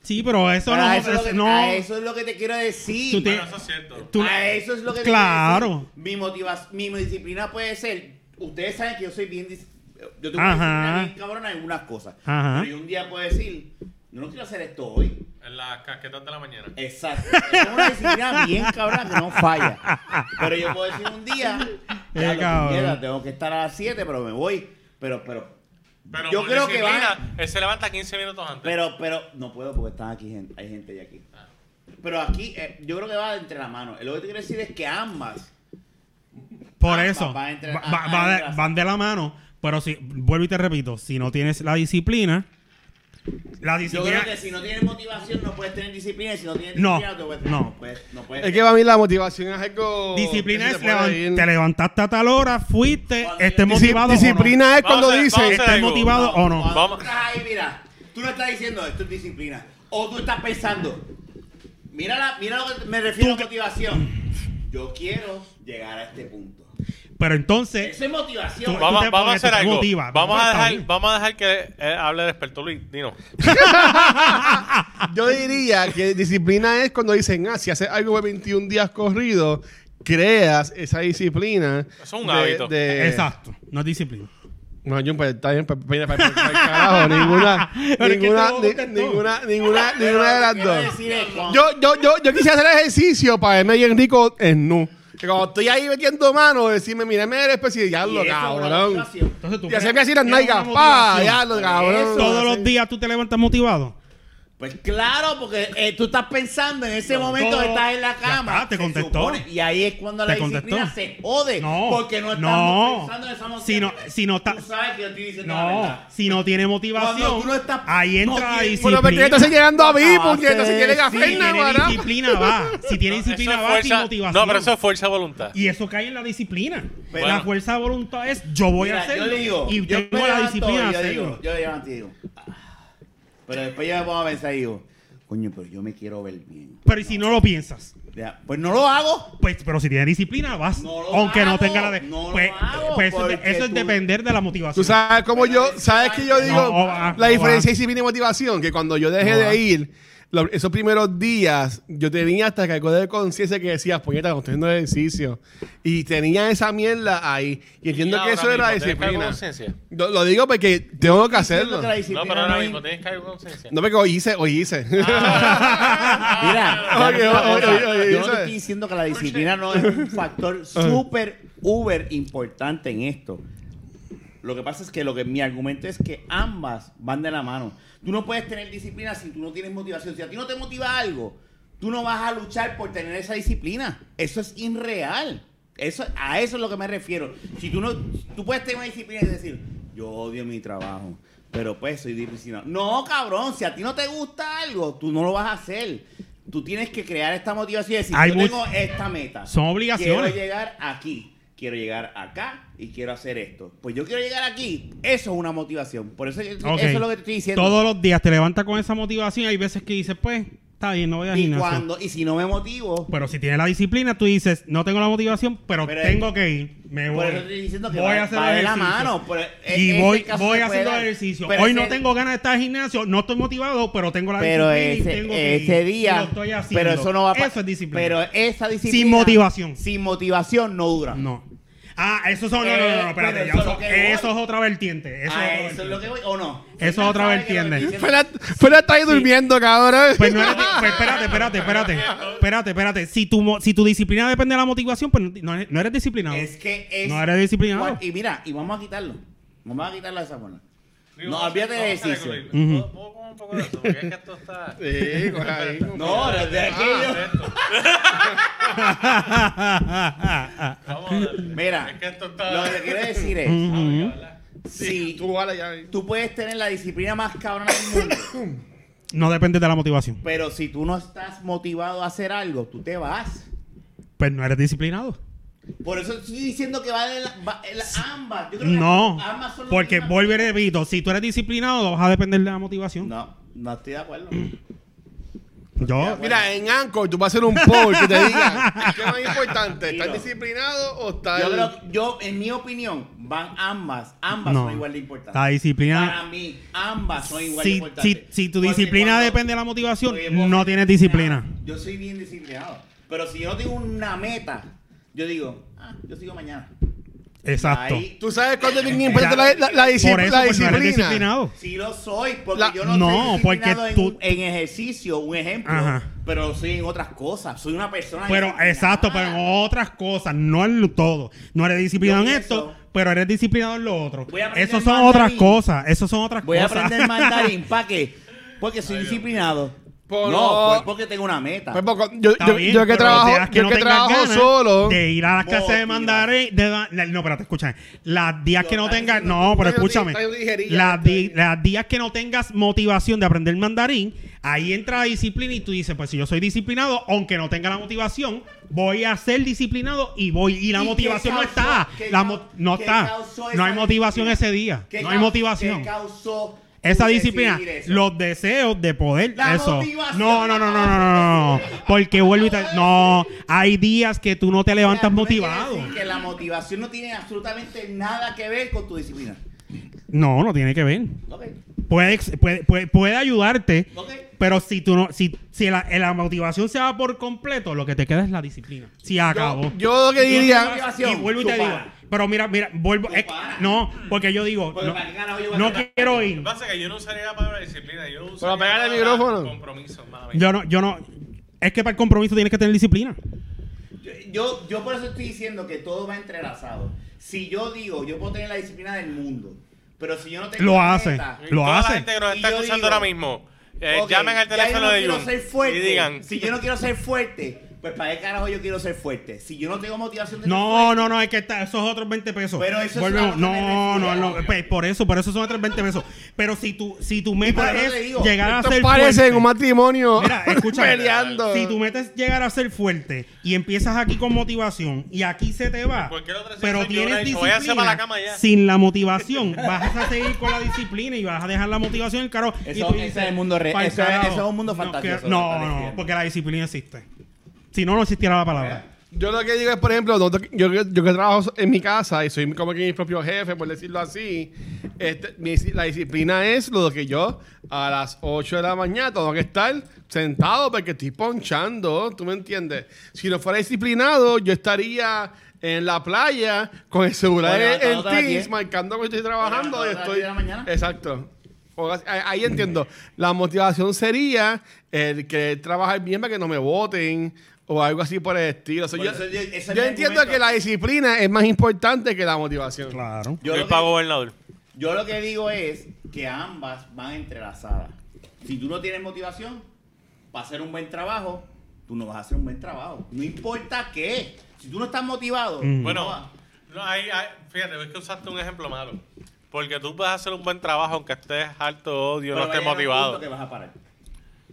S1: Sí, pero eso
S2: Pero
S1: no.
S2: a, eso es lo
S1: eso
S2: que,
S1: no.
S2: a eso es lo que te quiero decir.
S1: Tú te-
S4: Bueno, eso es cierto.
S1: tú-
S2: a eso es lo que te
S1: Claro.
S2: quiero decir. Mi, motiva- mi disciplina puede ser. Ustedes saben que yo soy bien. dis- Yo tengo
S1: Ajá.
S2: una disciplina bien cabrona en unas cosas.
S1: Ajá.
S2: Pero yo un día puedo decir: Yo no quiero hacer esto hoy.
S4: En las casquetas de la mañana.
S2: Exacto. Es una disciplina bien cabrona que no falla. Pero yo puedo decir un día,
S1: Eh,
S2: ya, lo que
S1: cabrón.
S2: quiera, tengo que estar a las 7, pero me voy. Pero, pero,
S4: Pero
S2: yo
S4: por
S2: creo que
S4: disciplina,
S2: va.
S4: Él se levanta 15 minutos antes.
S2: Pero, pero, no puedo porque están aquí, gente, hay gente de aquí. Pero aquí, eh, yo creo que va entre la mano. Lo que te quiero decir es que ambas.
S1: Por
S2: Ah,
S1: eso.
S2: va- va a entrar-
S1: va-
S2: ah,
S1: va-
S2: ah,
S1: de-
S2: gracias.
S1: van de la mano. Pero si, vuelvo y te repito, si no tienes la disciplina, la
S2: Yo
S1: disciplina.
S2: creo que si no tienes motivación, no puedes tener disciplina. Y si no tienes
S1: No,
S2: disciplina, te puedes-
S1: no.
S2: puedes. No puedes.
S3: Es que para mí la motivación es algo.
S1: Disciplina
S3: que se
S1: es
S3: te puede
S1: levan-
S3: ir.
S1: te levantaste a tal hora, fuiste,
S2: Cuando
S1: estés
S2: yo-
S1: motivado. o no.
S3: Disciplina es cuando
S4: Vamos a-
S3: dice.
S4: vamos a-
S1: ¿Estás motivado o no?
S2: cuando
S4: Vamos.
S2: tú estás ahí, mira, tú no estás diciendo esto es disciplina. O tú estás pensando, mira, la, mira lo que me refiero a motivación. Yo quiero llegar a este punto.
S1: Pero entonces,
S2: Eso es motivación.
S1: Tú-
S4: vamos,
S1: te-
S4: vamos a
S1: porque tú
S4: hacer
S1: te
S4: algo.
S1: motiva.
S4: vamos,
S1: Vamos,
S4: a
S1: está
S4: dejar,
S1: bien.
S4: vamos a dejar que eh, hable experto Luis. Dino.
S3: Yo diría que disciplina es cuando dicen, ah, si haces algo de 21 días corridos, creas esa disciplina.
S4: Eso es un
S3: de-
S4: hábito.
S3: de-
S1: exacto, no es disciplina.
S3: No, yo pues está bien, pues, peina para para- para el carajo. Ninguna,
S1: Pero es que
S3: ninguna,
S1: todo
S3: ni-
S1: contestó.
S3: ninguna, ninguna, ninguna de las
S2: Quiero
S3: dos.
S2: decir es cuando-
S3: Yo, yo, yo, yo quisiera hacer ejercicio para verme bien rico en nu. Que cuando estoy ahí metiendo manos, decirme, mírame el especio y ya
S2: y eso
S3: lo
S2: es una
S3: cabrón.
S2: motivación.
S1: Entonces tú
S3: Y hacerme así
S1: tienes
S3: las
S1: una
S3: nalgas, pa,
S1: motivación.
S3: ya lo cabrón.
S1: Todos los días tú te levantas motivado.
S2: Pues claro, porque eh, tú estás pensando en ese momento que estás en la
S1: Ya
S2: cama.
S1: está, te
S2: se
S1: contestó.
S2: supone, y ahí es cuando la
S1: Te contestó.
S2: disciplina se jode.
S1: No,
S2: Eh, Porque no estamos
S1: no.
S2: pensando en esa motivación.
S1: Si no- si no está-
S2: Tú sabes que yo estoy diciendo la
S1: No,
S2: verdad.
S1: si no tiene motivación,
S2: Cuando tú no estás-
S1: ahí
S2: no
S1: entra la
S2: tienes-
S1: disciplina.
S3: Bueno, pero que estás llegando a mí, puñeta. Si quieren a
S1: Si
S3: Fernan,
S1: tiene
S3: guará.
S1: disciplina, va. Si tiene
S4: No,
S1: disciplina,
S4: eso es
S1: va
S4: fuerza-
S1: sin motivación.
S4: No, pero eso es fuerza de voluntad.
S1: Y eso cae en la disciplina.
S2: Pero-
S1: la fuerza de voluntad es yo voy
S2: Mira,
S1: a hacerlo.
S2: Yo digo,
S1: y
S2: yo me
S1: tengo la
S2: levanto
S1: disciplina
S2: y
S1: de
S2: yo
S1: hacerlo.
S2: digo, yo levanto y digo, ah. pero después yo me pongo a pensar y digo, coño, pero yo me quiero ver bien.
S1: pero ¿y si no lo piensas?
S2: Ya, Pues no lo hago.
S1: Pues, pero si tiene disciplina, vas.
S2: No lo
S1: aunque no
S2: hago,
S1: tenga la de.
S2: no lo
S1: pues,
S2: hago,
S1: pues eso, es de-
S2: porque
S1: eso es
S2: tú-
S1: depender de la motivación.
S3: Tú sabes cómo yo, sabes que yo digo,
S1: No, va,
S3: la
S1: no
S3: diferencia
S1: va.
S3: es disciplina y motivación, que cuando yo dejé
S1: No va.
S3: de ir, lo- esos primeros días, yo tenía hasta cargo de conciencia que decías, puñeta, no estoy haciendo ejercicio. Y tenía esa mierda ahí. Y
S4: Y
S3: entiendo que
S4: ahora
S3: eso era
S4: mismo, ¿tienes cargo de
S3: disciplina.
S4: conciencia?
S3: Lo, lo digo porque tengo que hacerlo.
S2: Siento que la
S4: No,
S2: disciplina
S4: pero ahora
S2: no es-
S4: mismo tienes cargo de conciencia.
S3: No, porque hoy hice, hoy hice.
S1: Ah,
S2: Mira,
S3: Ah,
S2: déjame decir
S3: ok,
S2: una
S3: ok,
S2: cosa.
S3: ok,
S2: yo
S3: Ah. ok,
S2: no te
S3: ¿sabes?
S2: estoy diciendo que la disciplina no es un factor súper, uber importante en esto. Lo que pasa es que lo que mi argumento es que ambas van de la mano. Tú no puedes tener disciplina si tú no tienes motivación. Si a ti no te motiva algo, tú no vas a luchar por tener esa disciplina. Eso es irreal. Eso, a eso es lo que me refiero. Si tú no, tú puedes tener una disciplina y decir, yo odio mi trabajo, pero pues soy disciplinado. No, cabrón, si a ti no te gusta algo, tú no lo vas a hacer. Tú tienes que crear esta motivación y decir,
S1: Hay
S2: yo
S1: much-
S2: tengo esta meta.
S1: Son obligaciones.
S2: Quiero llegar aquí, quiero llegar acá y quiero hacer esto. Pues yo quiero llegar aquí. Eso es una motivación. Por eso,
S1: Ok.
S2: eso es lo que te estoy diciendo.
S1: Todos los días te levantas con esa motivación. y Hay veces que dices, pues, está bien, no voy a
S2: y
S1: gimnasio.
S2: cuando y si no me motivo,
S1: Pero si tienes la disciplina, tú dices, no tengo la motivación, pero,
S2: Pero-
S1: tengo que ir. Me
S2: por
S1: voy.
S2: eso estoy diciendo que
S1: voy
S2: va-
S1: a hacer
S2: va
S1: el
S2: de la
S1: ejercicio.
S2: mano, pero e-
S1: y
S2: ese
S1: voy,
S2: caso
S1: voy
S2: se puede
S1: haciendo
S2: dar.
S1: ejercicio.
S2: Pero
S1: Hoy
S2: ese-
S1: no tengo ganas de estar en gimnasio, no estoy motivado, pero tengo la
S2: pero
S1: disciplina y
S2: ese,
S1: tengo que ir,
S2: ese
S1: y
S2: día,
S1: lo estoy haciendo.
S2: pero eso no va a pa-
S1: Eso es disciplina.
S2: Pero esa disciplina
S1: Sin motivación.
S2: Sin motivación no dura.
S1: No. Ah, eso son. No, no, no, no,
S2: Eh,
S1: espérate.
S2: pero
S1: ya
S2: eso es
S1: eso,
S2: lo que
S1: eso
S2: voy.
S1: es otra vertiente. Eso es otra
S2: Ah, eso es
S1: vertiente.
S2: lo que voy o no.
S1: Eso es otra
S2: Sabe que lo que
S1: vertiente.
S2: estoy diciendo-
S3: Fuera, fuera está ahí durmiendo, cabrón.
S1: Pues, no eres di- pues espérate, espérate, espérate. Espérate, espérate. Si tu, mo- si tu disciplina depende de la motivación, pues no- no, eres- no eres disciplinado.
S2: Es que es.
S1: No eres disciplinado.
S2: Y mira, y vamos a quitarlo. Vamos a quitarlo de esa forma. No, olvídate de ejercicio.
S1: Ujú.
S4: ¿Puedo puedo comer un poco de eso? Porque es que esto está...
S3: Sí, coge ahí.
S2: No, desde aquello.
S4: Esto. Vamos a darle.
S2: Mira,
S4: Es que esto está-
S2: lo que quiero decir es:
S1: Mm. Ujú.
S2: si
S3: Tú vale ya.
S2: tú puedes tener la disciplina más cabrona del mundo,
S1: No depende de la motivación.
S2: pero si tú no estás motivado a hacer algo, tú te vas.
S1: Pues no eres disciplinado.
S2: Por eso estoy diciendo que va de la, va- el- ambas. Yo creo que
S1: No.
S2: ambas son lo
S1: Porque
S2: mismo.
S1: vuelve y repito, si tú eres disciplinado, vas a depender de la motivación.
S2: No, no estoy de acuerdo.
S1: Mm. Yo,
S3: Mira, en Anchor tú vas a hacer un poll que te diga qué más importante, ¿estás disciplinado o estás...?
S2: Yo creo, yo, en mi opinión, van ambas. Ambas
S1: no.
S2: son igual de
S1: La
S2: importantes. Para
S1: disciplina.
S2: mí, ambas son igual de
S1: Si,
S2: importantes.
S1: si, si tu
S2: Porque
S1: disciplina
S2: cuando-
S1: depende de la motivación,
S2: Oye, vos-
S1: no tienes disciplina.
S2: Yo soy bien disciplinado. Pero si yo no tengo una meta, yo digo, ah, yo sigo mañana.
S1: Exacto.
S2: Ahí
S3: ¿Tú sabes cuándo es bien importante la, la, la discipl-
S1: Por eso,
S3: la
S1: pues, no eres
S3: disciplina?
S1: disciplinado.
S2: sí lo soy, porque
S3: La-
S2: yo no,
S1: No,
S2: soy disciplinado
S1: porque
S2: en,
S1: tú-
S2: en ejercicio, un ejemplo,
S1: Ajá.
S2: pero soy en otras cosas. Soy una persona
S1: Pero,
S2: disciplinada.
S1: exacto, pero en otras cosas, no en lo todo. No eres disciplinado
S2: Yo
S1: en
S2: pienso-
S1: esto, pero eres disciplinado en lo otro.
S2: Voy a aprender
S1: Esos son
S2: mandarín.
S1: otras cosas, esos son otras
S2: Voy a
S1: cosas.
S2: aprender mandarín, ¿para qué? Porque soy disciplinado.
S3: Por-
S2: no, pues porque tengo una meta.
S3: Pues, porque yo,
S1: Está
S3: yo-
S1: bien,
S3: yo que
S1: pero los días
S3: trabajo, yo
S1: no
S3: que
S1: tengas
S3: trabajo
S1: ganas
S3: solo...
S1: De ir a las clases de
S2: Motiva.
S1: mandarín. de da- la- no, espérate, escúchame. Las días
S2: Yo
S1: que no
S2: estaba
S1: tengas.
S2: diciendo-
S1: No, pero
S3: Está yo di-
S1: escúchame.
S3: está yo digerilla,
S1: Las,
S3: está
S1: di-
S3: ahí.
S1: las días que no tengas motivación de aprender mandarín, ahí entra la disciplina y tú dices, pues si yo soy disciplinado, aunque no tenga la motivación, voy a ser disciplinado y voy. Y la
S2: ¿Y qué
S1: motivación no
S2: causó-
S1: está.
S2: qué
S1: La
S2: cau-
S1: mo- no
S2: qué
S1: está.
S2: causó
S1: No
S2: esa
S1: hay motivación
S2: disciplina?
S1: ese día.
S2: ¿Qué
S1: No hay
S2: cau-
S1: motivación.
S2: ¿Qué causó
S1: Esa
S2: tú
S1: disciplina,
S2: decidir eso?
S1: los deseos de poder.
S2: La
S1: eso.
S2: motivación.
S1: No, no, no, no, no, no, no. Porque vuelvo y te. No, hay días que tú no te levantas
S2: Mira, tú me
S1: motivado.
S2: quieres decir Que la motivación no tiene absolutamente nada que ver con tu disciplina.
S1: No, no tiene que ver.
S2: Ok,
S1: Puede, ex- puede, puede, puede ayudarte,
S2: ok.
S1: pero si tú no, si, si la, la motivación se va por completo, lo que te queda es la disciplina. Si acabó.
S3: Yo, yo lo que
S2: Yo
S3: diría...
S2: tengo
S1: y vuelvo y
S2: tú
S1: te digo.
S2: para.
S1: Pero mira, mira, vuelvo.
S2: Tú
S1: es que-
S2: para.
S1: no, porque yo digo,
S2: Porque
S1: no,
S2: para qué carajo yo voy a
S1: no
S2: hacer-
S1: quiero
S4: Lo
S1: ir.
S4: que pasa es que yo no usaría la palabra disciplina. Yo no usaría
S3: Pero pégale
S4: la
S3: el
S4: palabra
S3: micrófono.
S4: Compromiso, mala mía.
S1: Yo no, yo no. Es que para el compromiso tienes que tener disciplina.
S2: Yo, yo, yo por eso estoy diciendo que todo va entrelazado. Si yo digo, yo puedo tener la disciplina del mundo, pero si yo no tengo
S1: Lo
S2: una
S1: hace.
S2: meta,
S1: Lo
S4: Toda
S1: hace.
S4: la gente que nos
S2: Y
S4: está
S2: yo
S4: escuchando
S2: digo-
S4: ahora mismo, Eh,
S2: Ok,
S4: llamen al
S2: ya
S4: teléfono
S2: yo no
S4: de
S2: quiero
S4: Jun
S2: ser fuerte.
S4: y digan.
S2: Si yo no quiero ser fuerte, pues para qué carajo yo quiero ser fuerte. Si yo no tengo motivación de
S1: No, no, no, es que está, esos otros 20 pesos.
S2: Pero eso es
S1: Volvemos.
S2: a lo que
S1: No,
S2: me
S1: no, no,
S2: refiero.
S1: pues, por eso, por eso son otros 20 pesos. Pero si tu, si tu
S2: por
S1: meta
S2: eso
S1: es
S2: te digo,
S1: llegar a
S3: Esto
S1: ser
S3: parece
S1: fuerte.
S3: un matrimonio
S1: Mira, escucha,
S3: peleando.
S1: si tu metes llegar a ser fuerte y empiezas aquí con motivación y aquí se te va,
S4: Cualquier otra
S1: pero
S4: situación yo
S1: tienes
S4: hubiera dicho,
S1: disciplina
S4: "Váyanse para la cama ya".
S1: sin la motivación, vas a seguir con la disciplina y vas a dejar la motivación en caro. y
S2: Eso-
S1: tú
S2: ese es el mundo re-
S1: "Pa'l
S2: eso es-
S1: carajo".
S2: eso es un mundo
S1: No,
S2: fantasioso,
S1: que-
S2: lo que
S1: No,
S2: estás
S1: no,
S2: diciendo.
S1: porque la disciplina existe. Si no, no existiera la palabra.
S3: Yo lo que digo es, por ejemplo, no- yo, yo que trabajo en mi casa y soy como que mi propio jefe, por decirlo así, este, mi dis- la disciplina es lo que yo a las 8 de la mañana tengo que estar sentado porque estoy ponchando, ¿tú me entiendes? Si no fuera disciplinado, yo estaría en la playa con el celular
S2: Bueno,
S3: en- en
S2: levantándote a las
S3: Teams,
S2: 10.
S3: marcando que estoy trabajando
S2: Bueno,
S3: y
S2: levantándote a las
S3: estoy...
S2: 10 de la mañana.
S3: Exacto. O- ahí- ahí entiendo. La motivación sería el que trabajar bien para que no me voten o algo así por el estilo. O sea,
S2: Por
S3: yo
S2: eso yo- ese es
S3: yo
S2: mi
S3: entiendo
S2: argumento.
S3: que la disciplina es más importante que la motivación.
S1: Claro.
S2: Yo
S4: el
S2: lo que-
S4: pago gobernador.
S2: Yo lo que digo es que ambas van entrelazadas. Si tú no tienes motivación para hacer un buen trabajo, tú no vas a hacer un buen trabajo. No importa qué. Si tú no estás motivado,
S1: Mm.
S2: no vas.
S4: Bueno, no, ahí- ahí- fíjate, es que usaste un ejemplo malo. Porque tú puedes hacer un buen trabajo aunque estés harto de odio,
S2: Pero
S4: no
S2: va a
S4: estés
S2: llegar un
S4: motivado.
S2: punto que vas a parar.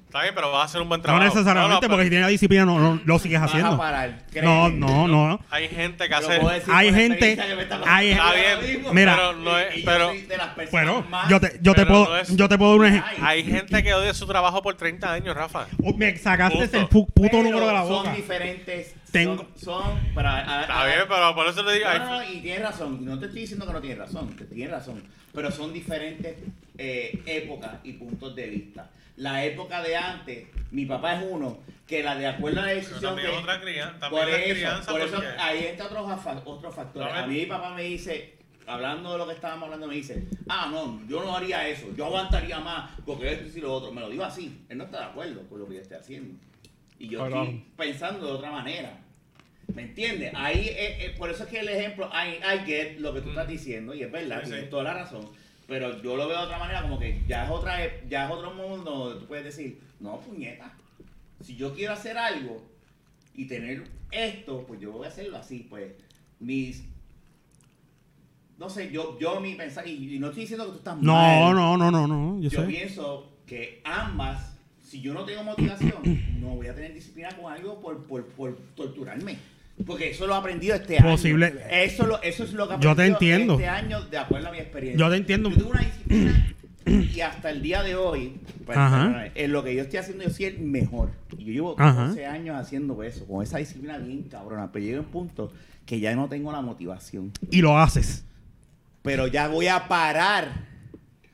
S4: Está bien, pero vas a hacer un buen
S1: No
S4: trabajo.
S1: necesariamente,
S4: No, no,
S1: porque si
S4: pero
S1: tienes la disciplina no, no lo sigues
S2: Vas
S1: haciendo.
S2: a parar.
S1: No,
S2: créeme.
S1: no, no.
S4: Hay gente que
S2: Te lo
S4: hace...
S2: puedo decir
S1: hay
S2: por la
S1: gente-
S2: experiencia que me está pasando
S1: hay-
S4: Está
S2: ahora
S4: bien,
S2: mismo.
S1: mira.
S4: pero no es-
S2: Y yo
S4: pero-
S2: soy de las personas
S1: Bueno,
S2: más-
S1: yo te, yo te
S4: pero
S1: puedo,
S4: no es-
S1: yo te puedo dar un ejemplo.
S2: Ay,
S4: Hay gente que odia su trabajo por 30 años, Rafa.
S1: Oh, Me sacaste
S4: Punto.
S1: el pu- puto
S2: pero
S1: número de la boca.
S2: Son diferentes.
S1: Tengo-
S2: Son, son para, a-
S4: Está
S2: a-
S4: bien, pero por eso te digo...
S2: No,
S4: hay-
S2: no, no, y tienes razón. No te estoy diciendo que no tienes razón, que tienes razón. Pero son diferentes eh, épocas y puntos de vista. La época de antes, mi papá es uno, que la de acuerdo a la decisión.
S4: también
S2: que-
S4: otra crianza, también
S2: Por
S4: la
S2: eso,
S4: crianza,
S2: por eso
S4: porque-
S2: ahí entra otros afa- otros factores.
S4: Dame-
S2: A mí mi papá me dice, hablando de lo que estábamos hablando, me dice, ah, no, yo no haría eso, yo aguantaría más, porque esto y lo otro. Me lo digo así, él no está de acuerdo con lo que yo estoy haciendo. Y yo estoy
S3: Cabrón.
S2: pensando de otra manera. ¿Me entiendes? Ahí, eh, eh, por eso es que el ejemplo, I, I get lo que tú estás diciendo, y es verdad,
S4: Mm. Sí, sí.
S2: tienes toda la razón. Pero yo lo veo de otra manera, como que ya es, otra, e- ya es otro mundo donde tú puedes decir, no, puñeta, si yo quiero hacer algo y tener esto, pues yo voy a hacerlo así, pues mis... No sé, yo, yo mi pensar, y, y no estoy diciendo que tú estás
S1: No,
S2: mal.
S1: no, no, no, no. Yo,
S2: Yo
S1: sé.
S2: pienso que ambas, si yo no tengo motivación, no voy a tener disciplina con algo por, por, por torturarme. Porque eso lo he aprendido este año.
S1: Posible.
S2: Eso, lo, eso es lo que he
S1: Yo
S2: aprendido
S1: te entiendo.
S2: este año de acuerdo a mi experiencia.
S1: Yo te entiendo.
S2: Yo tengo una disciplina y hasta el día de hoy, pues,
S1: Ajá.
S2: perdóname, en lo que yo estoy haciendo, yo soy el mejor. Y yo llevo
S1: Ajá.
S2: 12 años haciendo eso, con esa disciplina bien cabrona. Pero llega un punto que ya no tengo la motivación.
S1: Y lo haces.
S2: Pero ya voy a parar.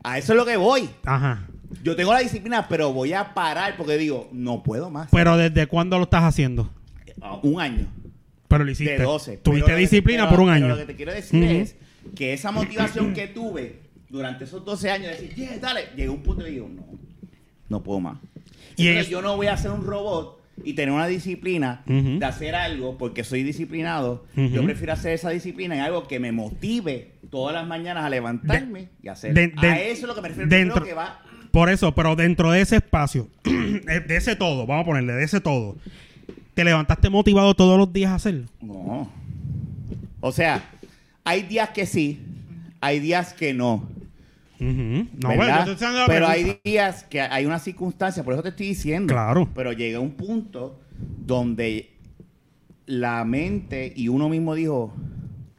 S2: A eso es lo que voy.
S1: Ajá.
S2: Yo tengo la disciplina, pero voy a parar porque digo, no puedo más.
S1: Pero ¿desde cuándo lo estás haciendo?
S2: Ah, un año.
S1: Pero lo
S2: De
S1: hiciste.
S2: 12.
S1: Tuviste
S2: Pero lo que-
S1: disciplina
S2: pero-
S1: por un
S2: pero
S1: año.
S2: lo que te quiero decir
S1: Ujú.
S2: es que esa motivación que tuve durante esos 12 años de decir, yeah, dale, llegó un punto y digo, no, no puedo más.
S1: Y
S2: Entonces,
S1: es-
S2: yo no voy a ser un robot y tener una disciplina
S1: Ujú.
S2: de hacer algo porque soy disciplinado. Yo
S1: Ujú.
S2: prefiero hacer esa disciplina en algo que me motive todas las mañanas a levantarme y hacer.
S1: de-
S2: a
S1: de-
S2: eso es lo que me refiero.
S1: dentro-
S2: yo creo que va
S1: Por eso, pero dentro de ese espacio, eh, de ese todo, vamos a ponerle, de ese todo, te levantaste motivado todos los días a hacerlo.
S2: No. O sea, hay días que sí, hay días que no.
S1: Ujú. No,
S2: ¿verdad?
S1: bueno, yo te estoy haciendo la
S2: pero
S1: pregunta.
S2: hay días que hay una circunstancia, por eso te estoy diciendo.
S1: Claro.
S2: Pero llega un punto donde la mente y uno mismo dijo,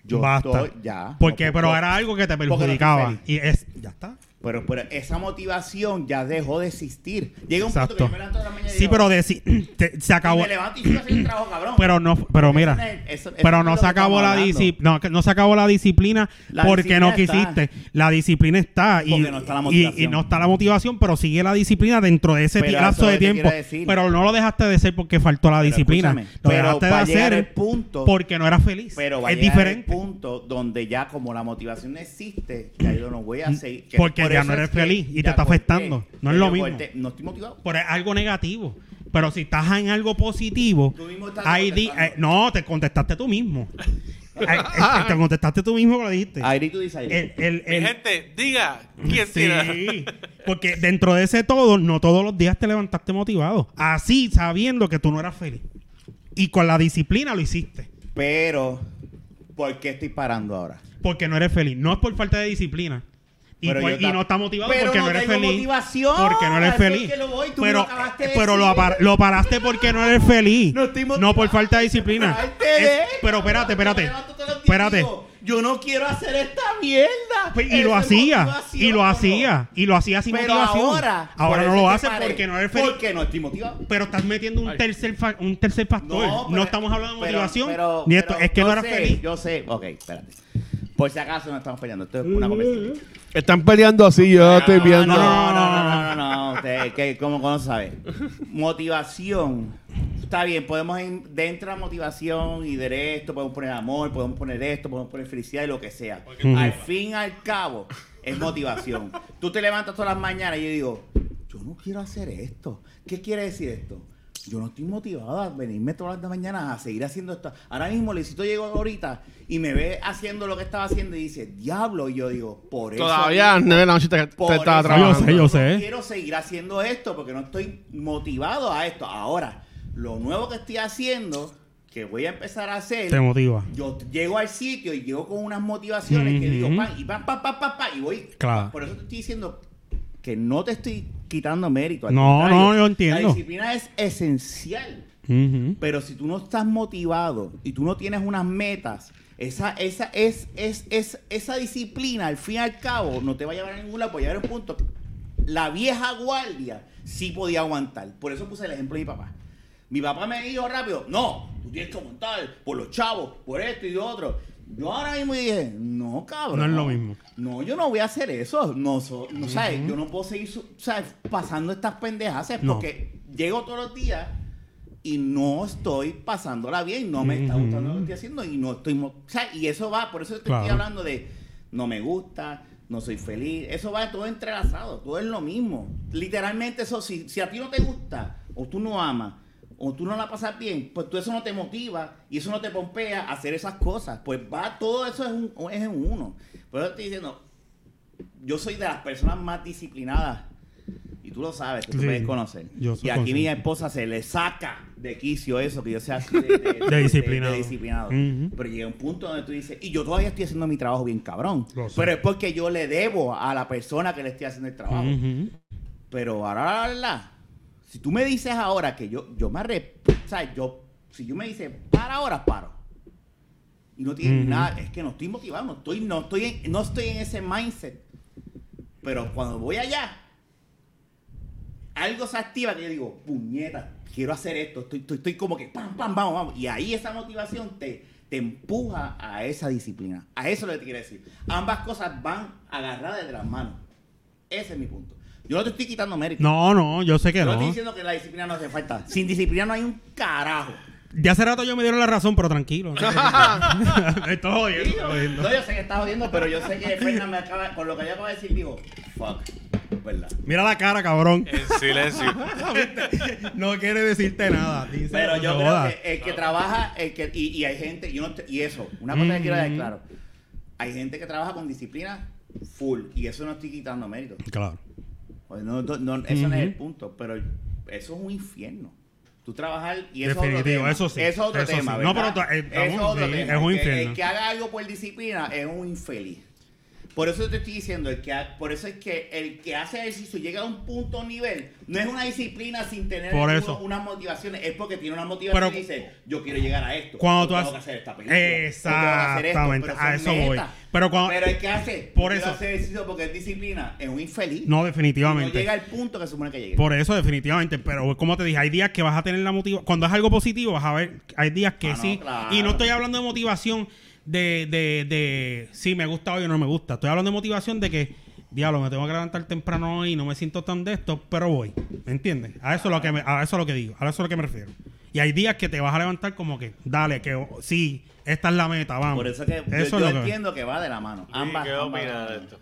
S2: yo
S1: Basta.
S2: estoy ya.
S1: Porque,
S2: no puedo.
S1: pero era algo que te
S2: Porque no estoy
S1: perjudicaba.
S2: feliz.
S1: Y es, ya está.
S2: Pero, pero esa motivación ya dejó de existir. Llega un punto que
S1: Exacto.
S2: yo me levanto toda la mañana y
S1: Sí,
S2: digo,
S1: pero de- si- te- se
S2: y
S1: acabó.
S2: me levanto y sigo haciendo el trabajo, cabrón.
S1: Pero no, pero
S2: Eso
S1: mira,
S2: no es- eso- eso
S1: pero
S2: es
S1: no
S2: lo
S1: se
S2: que
S1: acabó
S2: estamos
S1: la
S2: hablando.
S1: disciplina, no, que no se acabó la disciplina
S2: La
S1: porque no
S2: disciplina
S1: quisiste.
S2: está.
S1: La disciplina está y,
S2: Porque no está la
S1: y-
S2: motivación.
S1: y no está la motivación, pero sigue la disciplina dentro de ese
S2: Pero eso
S1: lapso de
S2: es lo que
S1: tiempo.
S2: quiero decir.
S1: Pero no lo dejaste de ser porque faltó la
S2: Pero
S1: disciplina.
S2: escúchame,
S1: Lo
S2: pero
S1: dejaste de
S2: va a llegar
S1: hacer
S2: el punto-
S1: porque no eras feliz.
S2: Pero va a
S1: es
S2: llegar el
S1: diferente.
S2: punto donde ya como la motivación no existe, ya yo no voy a seguir. que
S1: Mm, Porque ya
S2: eso
S1: no eres
S2: es que
S1: feliz y te
S2: ya
S1: está
S2: corté,
S1: afectando. No
S2: que
S1: es lo
S2: yo
S1: mismo.
S2: corté. No estoy motivado.
S1: Por algo negativo. Pero si estás en algo positivo,
S2: Tú mismo estás
S1: ahí di-
S2: contestando.
S1: eh, no, te contestaste tú mismo. Ay, eh, te Eh, contestaste tú mismo que lo dijiste.
S2: Ahí tú dices ahí.
S1: el, el-
S4: Mi
S1: el-
S4: gente, diga quién
S1: sí.
S4: tira.
S1: Porque dentro de ese todo, no todos los días te levantaste motivado. Así, sabiendo que tú no eras feliz. Y con la disciplina lo hiciste.
S2: Pero, ¿por qué estoy parando ahora?
S1: Porque no eres feliz. No es por falta de disciplina. Y,
S2: Pero
S1: por-
S2: yo
S1: y
S2: ta-
S1: no estás motivado
S2: Pero
S1: porque
S2: no
S1: no, eres
S2: tengo
S1: feliz.
S2: motivación.
S1: Porque no eres
S2: Así es
S1: feliz.
S2: que lo voy, tú me lo
S1: pero
S2: acabaste de
S1: pero lo,
S2: decir.
S1: apar- lo paraste porque no eres feliz.
S2: No estoy motivado.
S1: No por falta de disciplina.
S2: Ay, te
S1: Es-
S2: dejo.
S1: pero espérate, espérate.
S2: Yo me levanto todos los días y
S1: Espérate.
S2: digo, Yo no quiero hacer esta mierda.
S1: Pues, y lo
S2: Eso es
S1: hacía.
S2: motivación,
S1: Y lo
S2: bro.
S1: hacía. Y lo hacía sin
S2: Pero
S1: motivación.
S2: ahora. por
S1: ahora no
S2: eso
S1: lo
S2: es que
S1: haces
S2: paré.
S1: porque no eres feliz.
S2: Porque no estoy motivado.
S1: Pero estás metiendo un tercer fa- un tercer factor. No,
S2: pero-
S1: estamos hablando de
S2: pero-
S1: motivación.
S2: pero-
S1: ni esto,
S2: pero
S1: es que
S2: yo
S1: no eras
S2: sé,
S1: feliz.
S2: Yo sé. Ok, espérate. Por si acaso no estamos peleando. Esto es una conversación.
S3: Están peleando así, yo estoy viendo.
S2: Ah, No, no, no, no, no, no, no. Usted, que, ¿cómo, cómo sabe? Motivación. Está bien, podemos en- dentro de la motivación y de esto, podemos poner amor, podemos poner esto, podemos poner felicidad y lo que sea. Al fin y al cabo, es motivación. Tú te levantas todas las mañanas y yo digo, yo no quiero hacer esto. ¿Qué quiere decir esto? Yo no estoy motivado a venirme todas las mañanas a seguir haciendo esto. Ahora mismo, Luisito llegó ahorita y me ve haciendo lo que estaba haciendo y dice, diablo. Y yo digo, por eso.
S3: Todavía no es la noche te, te
S2: Por
S3: estaba
S2: eso
S1: Yo
S3: trabajando.
S1: sé, yo sé.
S2: no quiero seguir haciendo esto porque no estoy motivado a esto. Ahora, lo nuevo que estoy haciendo, que voy a empezar a hacer,
S1: Te motiva.
S2: yo t- llego al sitio y llego con unas motivaciones que digo,
S1: Ujú.
S2: pan, y pan, pan, pan, pan, pan, y voy.
S1: Claro.
S2: Por eso te estoy diciendo que no te estoy quitando mérito. al
S1: No,
S2: contrario.
S1: no, yo entiendo.
S2: La disciplina es esencial.
S1: Ujú.
S2: Pero si tú no estás motivado y tú no tienes unas metas, esa, esa, es, es, es, esa disciplina, al fin y al cabo, no te va a llevar a ningún lado, porque va a llegar a un punto. La vieja guardia sí podía aguantar. Por eso puse el ejemplo de mi papá. Mi papá me dijo rápido, no, tú tienes que aguantar por los chavos, por esto y lo otro. Yo ahora mismo dije, no, cabrón.
S1: No es lo mismo.
S2: No, yo no voy a hacer eso. No, so- no ¿sabes? Yo no puedo seguir su- ¿sabes? pasando estas pendejas, ¿sabes?
S1: No.
S2: porque llego todos los días y no estoy pasándola bien, no me está
S1: Ujú.
S2: gustando lo que estoy haciendo y no estoy... mo- o sea, y eso va, por eso te
S1: Claro.
S2: estoy hablando de no me gusta, no soy feliz, eso va todo entrelazado, todo es lo mismo. Literalmente eso, si, si a ti no te gusta o tú no amas o tú no la pasas bien, pues tú eso no te motiva y eso no te pompea a hacer esas cosas. Pues va, todo eso es, un, es en uno. Por eso estoy diciendo, yo soy de las personas más disciplinadas. Y tú lo sabes, que tú
S1: Sí.
S2: me conocer.
S1: Yo soy
S2: y aquí mi
S1: consciente.
S2: esposa se le saca de quicio eso, que yo sea así de, de- de-
S1: disciplinado.
S2: de disciplinado.
S1: Ujú.
S2: Pero llega un punto donde tú dices, y yo todavía estoy haciendo mi trabajo bien cabrón.
S1: Lo sé.
S2: Pero es porque yo le debo a la persona que le estoy haciendo el trabajo.
S1: Ujú.
S2: Pero ahora, la, la, la, si tú me dices ahora que yo, yo me arre... O sea, yo, si yo me dices, para ahora, paro. Y no tiene
S1: Ujú.
S2: nada, es que no estoy motivado, no estoy, no estoy, en, no estoy en ese mindset. Pero cuando voy allá, algo se activa que yo digo, puñeta, quiero hacer esto, estoy, estoy, estoy como que, pam, pam, vamos, vamos. Y ahí esa motivación te, te empuja a esa disciplina. A eso es lo que te quiero decir. Ambas cosas van agarradas de las manos. Ese es mi punto. Yo no te estoy quitando mérito.
S1: No, no, yo sé que
S2: yo no
S1: no.
S2: estoy diciendo que la disciplina no hace falta. Sin disciplina no hay un carajo.
S1: Ya hace rato yo me dieron la razón, pero tranquilo. Estoy jodiendo,
S2: Sí,
S1: estoy
S2: yo-
S1: jodiendo.
S2: No, yo sé que estás jodiendo, pero yo sé que Fernan me acaba, con lo que yo acabo de decir, digo, fuck, ¿verdad?
S1: Mira la cara, cabrón.
S4: En silencio.
S1: No quiere decirte nada. dice,
S2: Pero yo
S1: no
S2: creo
S1: jodas.
S2: que el que trabaja, el que, y, y hay gente, y, uno- y eso, una cosa que quiero dejar
S1: Mm.
S2: claro, hay gente que trabaja con disciplina full, y eso no estoy quitando mérito.
S1: Claro.
S2: Pues no- no- no, eso no es el
S1: Ujú.
S2: punto, pero eso es un infierno. Tú trabajar y eso es otro
S1: Definitivo,
S2: tema.
S1: eso sí,
S2: es otro
S1: eso
S2: tema,
S1: sí.
S2: ¿verdad?
S1: No, pero ta- eh,
S2: Eso es
S1: estamos-
S2: otro
S1: sí,
S2: tema.
S1: es un
S2: El que-
S1: infierno.
S2: El que haga algo por disciplina es un infeliz. Por eso te estoy diciendo, el que ha- por eso es que el que hace ejercicio y llega a un punto nivel, no es una disciplina sin tener
S1: Por
S2: uno-
S1: eso.
S2: unas motivaciones, es porque tiene una motivación
S1: Pero-
S2: y dice, yo quiero llegar a esto,
S1: Cuando
S2: yo
S1: tú
S2: tengo
S1: has-
S2: que hacer esta película, yo tengo que hacer esto",
S1: Exactamente,
S2: pero
S1: a
S2: son
S1: eso voy.
S2: metas.
S1: Pero cuando-
S2: Pero el que hace,
S1: Por
S2: yo quiero
S1: eso.
S2: hacer ejercicio porque es disciplina, es un infeliz.
S1: No,
S2: No
S1: definitivamente.
S2: llega al punto que se supone que llegue.
S1: Por eso, definitivamente. Pero como te dije, hay días que vas a tener la motivación. Cuando es algo positivo, vas a ver. Hay días que
S2: Ah, no,
S1: sí.
S2: claro.
S1: Y no estoy hablando de motivación de, de, de si me gusta hoy o no me gusta. Estoy hablando de motivación de que, diablo, me tengo que levantar temprano hoy, no me siento tan de esto, pero voy. ¿Me entiendes? A eso es lo que, me- a eso es lo que digo. A eso es lo que me refiero. Y hay días que te vas a levantar como que, dale, que oh, sí, esta es la meta, vamos.
S2: Por eso que yo-
S1: Eso
S2: yo,
S1: es lo que-
S2: entiendo que va de la mano. Ambas.
S4: ¿Qué
S2: ambas van
S4: opinas
S2: la
S4: de
S2: mano.
S4: esto?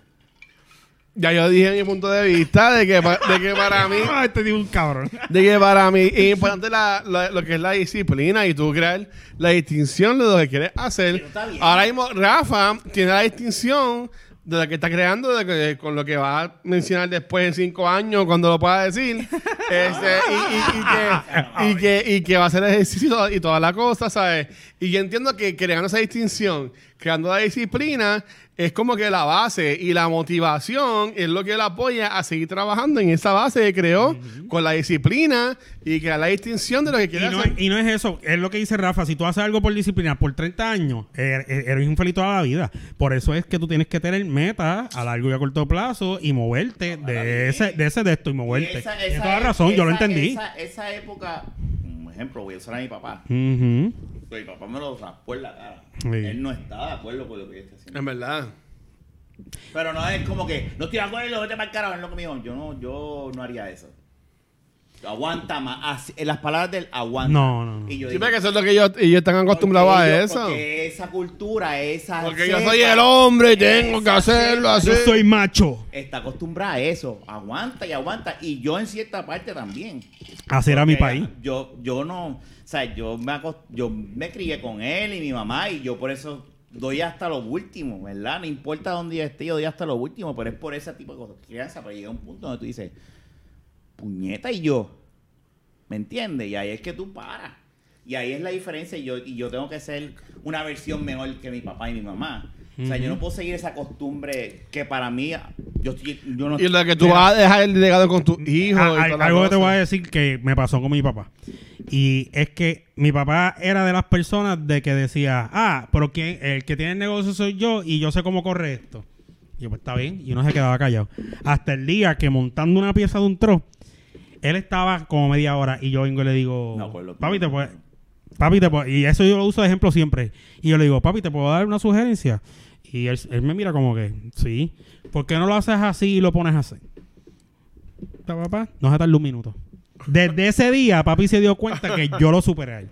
S3: Ya yo dije mi punto de vista de que, pa- de que para mí
S1: Ah, este tío es un cabrón.
S3: de que para mí es importante la- la- lo que es la disciplina y tú crear la distinción de lo que quieres hacer.
S2: Pero está bien.
S3: Ahora mismo Rafa tiene la distinción de la que está creando, de que- con lo que va a mencionar después en cinco años, cuando lo pueda decir, este, y, y- y que, y, que, y que va a hacer ejercicio y toda la cosa, ¿sabes? Y yo entiendo que creando esa distinción, creando la disciplina, es como que la base y la motivación es lo que la apoya a seguir trabajando en esa base que creó con la disciplina y crear la distinción de lo que
S1: Y
S3: quiere
S1: no,
S3: hacer.
S1: y no es eso, es lo que dice Rafa, si tú haces algo por disciplina por 30 años, er- er- eres un feliz toda la vida. Por eso es que tú tienes que tener metas a largo y a corto plazo y moverte de ese, de ese de esto y moverte.
S2: Esa-
S1: Tienes
S2: esa- e-
S1: toda la razón, yo lo
S2: esa-
S1: entendí.
S2: Esa, esa época, un ejemplo, voy a usar a mi papá.
S1: Ujú.
S2: Mi papá me lo raspó en la cara.
S1: Sí.
S2: Él no estaba de acuerdo con lo que yo estaba haciendo.
S3: En verdad.
S2: Pero no es como que, no estoy de acuerdo, vete para el carajo, es lo que me dijo. Yo no, yo no haría eso. Aguanta más. Así- en las palabras del aguanta.
S1: No, no, no.
S2: Y yo
S3: Sí,
S2: digo,
S3: pero que eso es lo que ellos, ellos están acostumbrados
S2: porque
S3: a
S2: yo-
S3: eso.
S2: Porque esa cultura, esa.
S3: Porque yo
S2: cepa,
S3: soy el hombre y tengo que hacerlo así.
S1: Yo soy macho.
S2: Está acostumbrada a eso. Aguanta y aguanta. Y yo en cierta parte también.
S1: Así Este era mi
S2: Porque
S1: país.
S2: Yo, yo no, o sea, yo me, acos- yo me crié con él y mi mamá y yo por eso doy hasta lo último, ¿verdad? No importa dónde yo esté, yo doy hasta lo último, pero es por ese tipo de cosas. Crianza, pero llega un punto donde tú dices, puñeta y yo, ¿me entiendes? Y ahí es que tú paras. Y ahí es la diferencia y yo, y yo tengo que ser una versión mejor que mi papá y mi mamá. O sea, yo no puedo seguir esa costumbre que para mí, yo, estoy, yo no
S3: Y lo que tú
S2: Mira,
S3: vas a dejar el legado con tu hijo.
S1: Ah,
S3: y
S1: hay-
S3: toda la
S1: algo que te
S3: cosa.
S1: voy a decir que me pasó con mi papá. Y es que mi papá era de las personas de que decía, ah, pero quien, el que tiene el negocio soy yo y yo sé cómo corre esto. Y yo, pues está bien, y uno se quedaba callado. Hasta el día que montando una pieza de un tro, él estaba como media hora y yo vengo y le digo,
S2: No, pues, lo-
S1: papi, te puedes... Papi, te puedo-" y eso yo lo uso de ejemplo siempre. Y yo le digo, papi, ¿te puedo dar una sugerencia? Y él, él me mira como que, sí. ¿Por qué no lo haces así y lo pones así? Ta, papá, no se tardó un minuto. Desde ese día, papi se dio cuenta que yo lo superé a él.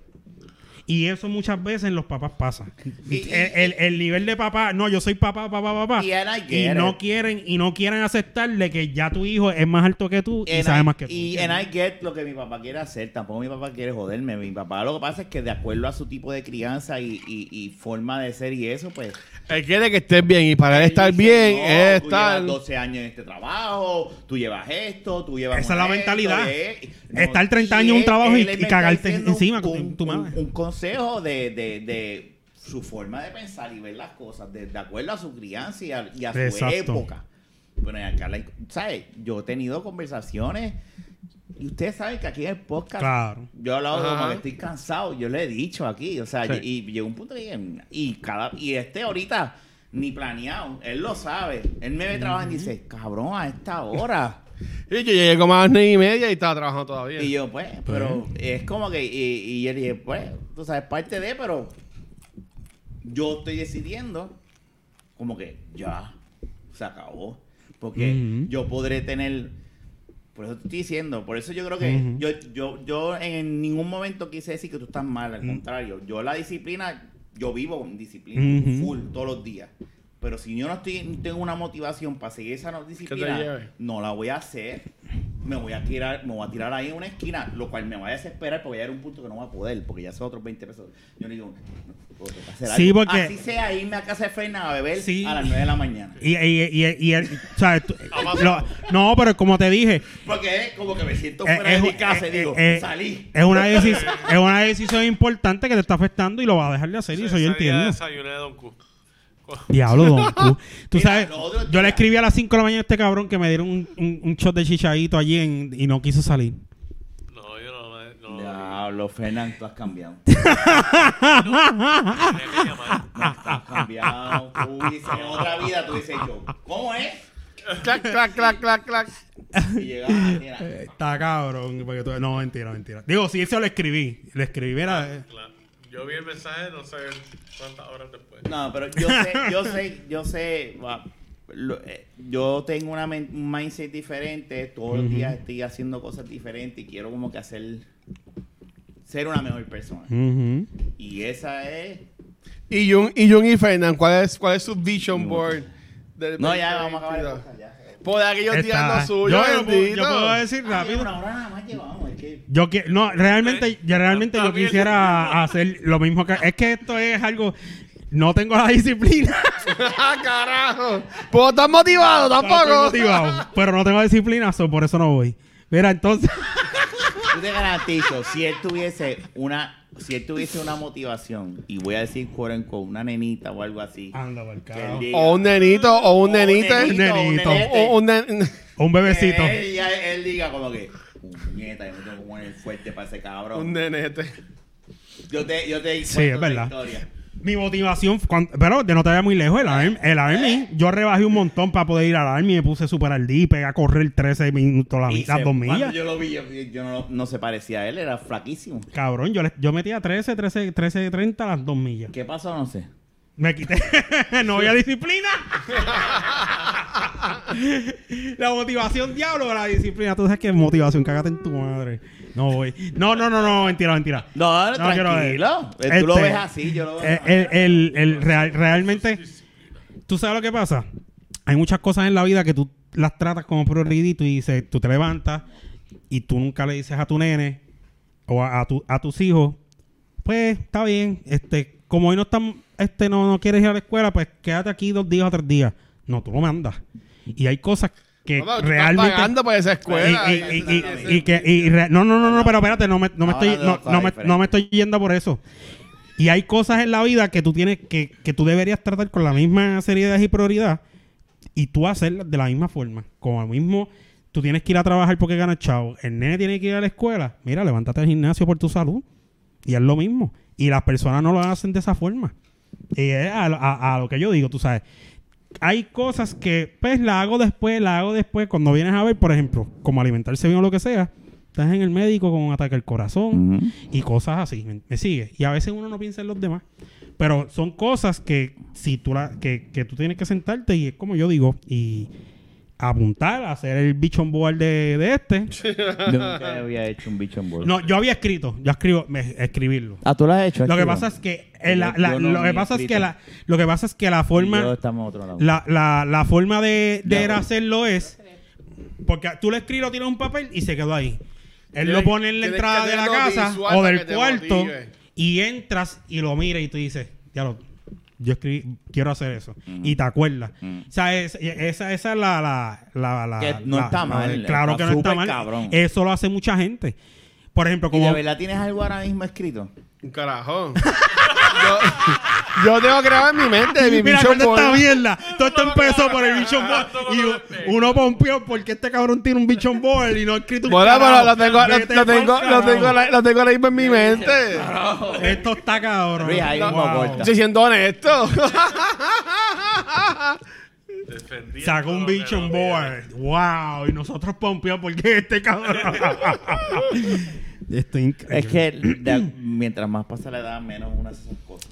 S1: Y eso muchas veces en los papás pasa.
S2: Y- y-
S1: el, el- el nivel de papá, no, yo soy papá, papá, papá.
S2: Y and I
S1: Y
S2: get
S1: no
S2: it.
S1: quieren y no quieren aceptarle que ya tu hijo es más alto que tú y
S2: And
S1: sabe
S2: I-
S1: más que tú.
S2: Y and I get lo que mi papá quiere hacer. Tampoco mi papá quiere joderme. Mi papá lo que pasa es que de acuerdo a su tipo de crianza y, y- y forma de ser y eso, pues...
S3: Él quiere que estés bien y para él estar
S2: dice,
S3: bien
S2: "No,
S3: es
S2: tú
S3: estar.
S2: llevas 12 años en este trabajo, tú llevas esto, tú llevas...
S1: Esa es
S2: una
S1: la mentalidad.
S2: esto, eh".
S1: Estar 30
S2: y
S1: años en un
S2: él-
S1: trabajo y-
S2: él me
S1: y
S2: está
S1: cagarte
S2: diciendo
S1: encima
S2: un,
S1: con tu
S2: un-
S1: madre.
S2: un consejo de, de- de su forma de pensar y ver las cosas de, de acuerdo a su crianza y a, y a su
S1: Exacto.
S2: época. Bueno, y acá, la- ¿sabes? Yo he tenido conversaciones y ustedes saben que aquí en el podcast
S1: Claro.
S2: yo he hablado de como
S3: Ajá.
S2: que estoy cansado, yo le he dicho aquí, o sea,
S3: Sí.
S2: y, y llegó un punto que dije, y cada y este ahorita ni planeado, él lo sabe, él me ve trabajando y dice, cabrón, a esta hora.
S3: Y yo llegué como a las nueve y media y estaba trabajando todavía.
S2: y yo, pues, pero
S1: eh.
S2: es como que, y, y yo dije, pues, tú sabes, parte de, pero yo estoy decidiendo, como que ya, se acabó. Porque
S1: Ujú.
S2: yo podré tener, por eso te estoy diciendo, por eso yo creo que
S1: Ujú.
S2: yo, yo, yo en ningún momento quise decir que tú estás mal,
S1: Mm.
S2: al contrario, yo la disciplina, yo vivo con disciplina,
S1: Ujú.
S2: full, todos los días. Pero si yo no estoy, no tengo una motivación para seguir esa no-
S3: lleve.
S2: disciplina, no la voy a hacer. Me voy a tirar, me voy a tirar ahí en una esquina, lo cual me va a desesperar porque va a llegar un punto que no voy a poder, porque ya son otros 20 pesos. Yo le digo, no, tengo que hacer
S1: Sí,
S2: algo.
S1: porque-
S2: así sea irme a casa de Fernan a beber
S1: Sí.
S2: a las 9 de la mañana.
S1: Y, y- y- y él- ¿sabes? Tú-
S2: Ah,
S4: pasado.
S1: lo- no, pero como te dije,
S2: Porque es como que me siento
S1: Eh,
S2: fuera
S1: es-
S2: de mi casa
S1: eh,
S2: y digo,
S1: eh,
S2: salí.
S1: es una, decis- es una decisión importante que te está afectando y lo vas a dejar de hacer. Y eso yo
S4: Ese día
S1: entiendo.
S4: Desayuné de Don Q.
S1: Diablo, Don Q. Tú
S2: Mira,
S1: sabes,
S2: lo otro
S1: yo le
S2: día-
S1: escribí a las 5 de la mañana a este cabrón que me dieron un, un- un shot de chichadito allí en- y no quiso salir.
S4: No, yo no. no
S2: Diablo, Fernan, tú has cambiado.
S4: tenía que llamar.
S2: Has cambiado. Tú dices, en otra vida tú dices yo, ¿cómo es?
S3: Clac, clac, clac, clac, clac.
S2: Y llegaba a la
S1: Eh, Está cabrón. porque tú- No, mentira, mentira. Digo, si eso le escribí. Le escribí, era. eh,
S4: Claro. Yo vi el mensaje, no sé cuántas horas después.
S2: No, pero yo sé, yo sé, yo sé. va, lo- eh, Yo tengo una men- un mindset diferente. Todos los días estoy haciendo cosas diferentes y quiero como que hacer. ser una mejor persona.
S1: ujú.
S2: Y esa es.
S3: Y Jun y, Jun y Fernan, ¿cuál es, ¿cuál es su vision board? del
S2: No, ya vamos a acabar. el
S3: 2022?
S2: podcast, ya.
S3: Por aquellos días
S1: Está-
S3: no
S1: yo,
S3: suyo,
S1: yo puedo, yo
S3: bendito.
S1: puedo decir
S2: Ah, mira,
S1: rápido.
S2: una hora nada más llevamos. Es que.
S1: Yo que, no, realmente,
S4: Ok.
S1: yo, realmente
S4: Está
S1: yo
S4: bien.
S1: quisiera hacer lo mismo que. Es que esto es algo. No tengo la disciplina.
S3: ¡Ah, carajo! Pues estás motivado
S1: Estoy
S3: tampoco.
S1: motivado, pero no tengo la disciplina, so, por eso no voy. Mira, entonces.
S2: Yo te garantizo, si él tuviese una, si él tuviese una motivación, y voy a decir quote unquote, una nenita o algo así.
S1: Anda, pa'l
S2: que él
S1: carajo.
S2: diga,
S3: O un nenito, o un nenita.
S2: nenito, un
S1: Nenito.
S2: nenete,
S3: O un nen-
S1: O Un bebecito.
S2: que Él, ya- él diga como que, puñeta, yo me tengo que poner fuerte para ese cabrón.
S3: Un nenete.
S1: Eh,
S2: Yo te, yo te
S1: Sí,
S2: cuento
S1: es
S2: la
S1: verdad.
S2: historia.
S1: Mi motivación, cuan- pero de no te vaya muy lejos, el Army, el Army, yo rebajé un montón para poder ir al Army, me puse super al día, pegué a correr 13 minutos la,
S2: Y
S1: las dos
S2: se- cuando
S1: millas.
S2: yo lo vi, yo, yo no, no se parecía a él, era flaquísimo.
S1: Cabrón, yo, le- yo metía 13, 13, 13, 30 las dos millas.
S2: ¿Qué pasó? No sé.
S1: Me quité. no había disciplina. la motivación, diablo, la disciplina. Tú sabes que motivación, cágate en tu madre. No voy. No, no, no, no, mentira, mentira.
S2: No,
S1: quiero ver.
S2: tranquilo. Eh, tú lo ves así, yo lo veo
S1: eh, El, el- el real- realmente, tú sabes lo que pasa. Hay muchas cosas en la vida que tú las tratas como prioridad y tú dices, tú te levantas y tú nunca le dices a tu nene o a, a tu- a tus hijos, pues está bien, este, como hoy no están, este, no, no quieres ir a la escuela, pues quédate aquí dos días o tres días. No, tú lo mandas. Y hay cosas que
S3: Papá, tú
S1: realmente. Eh,
S3: Estás pagando para esa
S1: Y-
S3: escuela.
S1: y- y- y- y que- y re- no, no, no, no, pero espérate, no me, no me
S2: Ahora
S1: estoy,
S2: de
S1: no,
S2: dos
S1: no me,
S2: cosas
S1: no me estoy yendo por eso. Y hay cosas en la vida que tú tienes que, que tú deberías tratar con la misma seriedad y prioridad y tú hacerlas de la misma forma. Como el mismo, tú tienes que ir a trabajar porque ganas chavo. El nene tiene que ir a la escuela. Mira, levántate al gimnasio por tu salud. Y es lo mismo. Y las personas no lo hacen de esa forma. Y es a, lo- a- a lo que yo digo, tú sabes. Hay cosas que, pues, la hago después, la hago después. Cuando vienes a ver, por ejemplo, como alimentarse bien o lo que sea, estás en el médico con un ataque al corazón y cosas así. ¿Me, me sigue? Y a veces uno no piensa en los demás. Pero son cosas que, si tú la, que, que tú tienes que sentarte y es como yo digo, y apuntar, hacer el bichon board de, de este.
S2: Yo nunca había hecho un bicho en bol.
S1: No, yo había escrito, yo escribo, me- escribirlo.
S2: Ah, tú lo has hecho.
S1: Lo que
S2: Escriba.
S1: pasa es que eh, la-
S2: Yo-
S1: la-
S2: yo no
S1: lo que
S2: me
S1: pasa es
S2: explico.
S1: que la lo que pasa es que la
S2: Y yo
S1: forma
S2: estamos a otro lado.
S1: la, la- la forma de, de
S2: Ya.
S1: hacerlo es porque tú le escribes, lo tienes en un papel y se quedó ahí. Él
S3: Tienes-
S1: lo pone en la
S3: tienes
S1: entrada
S3: que
S1: de la
S3: hacerlo
S1: casa
S3: visual
S1: o
S3: para
S1: del
S3: que te
S1: cuarto
S3: motive.
S1: y entras y lo miras y tú dices, ya lo yo escribí, quiero hacer eso.
S2: Mm.
S1: Y te acuerdas. O sea, es- e, esa, esa es la... la, la, la-
S2: Que no
S1: la-
S2: está
S1: la-
S2: mal,
S1: claro que
S2: está
S1: no está
S2: súper
S1: mal.
S2: cabrón.
S1: Eso lo hace mucha gente. Por ejemplo,
S2: ¿Y de
S1: como... Eh,
S2: verdad tienes algo ahora mismo escrito?
S3: Un carajo. yo, yo tengo creado en mi mente mi
S1: Mira,
S3: bicho
S1: ¿dónde está
S3: boy.
S1: mierda? Todo esto empezó por el bichon ball.
S4: Todo lo
S1: Y u-
S4: que-
S1: uno pompeó porque este cabrón tiene un bichon ball y no ha escrito un
S3: Bueno, pero
S1: carajo.
S3: lo tengo, lo,
S1: Vete
S3: lo
S1: pa'l
S3: tengo, lo
S1: carajo.
S3: tengo, la- lo tengo ahora mismo en mi mente.
S1: Esto está cabrón.
S2: Luis, ahí mismo
S1: Wow.
S2: corta.
S3: Estoy siendo honesto.
S4: Defendiendo
S1: Sacó un
S4: lo que
S1: bichon
S4: no
S1: board. Wow. Y nosotros pompeó porque este cabrón. Esto es increíble.
S2: Es que de- mientras más pasa la edad, menos una de esas cosas.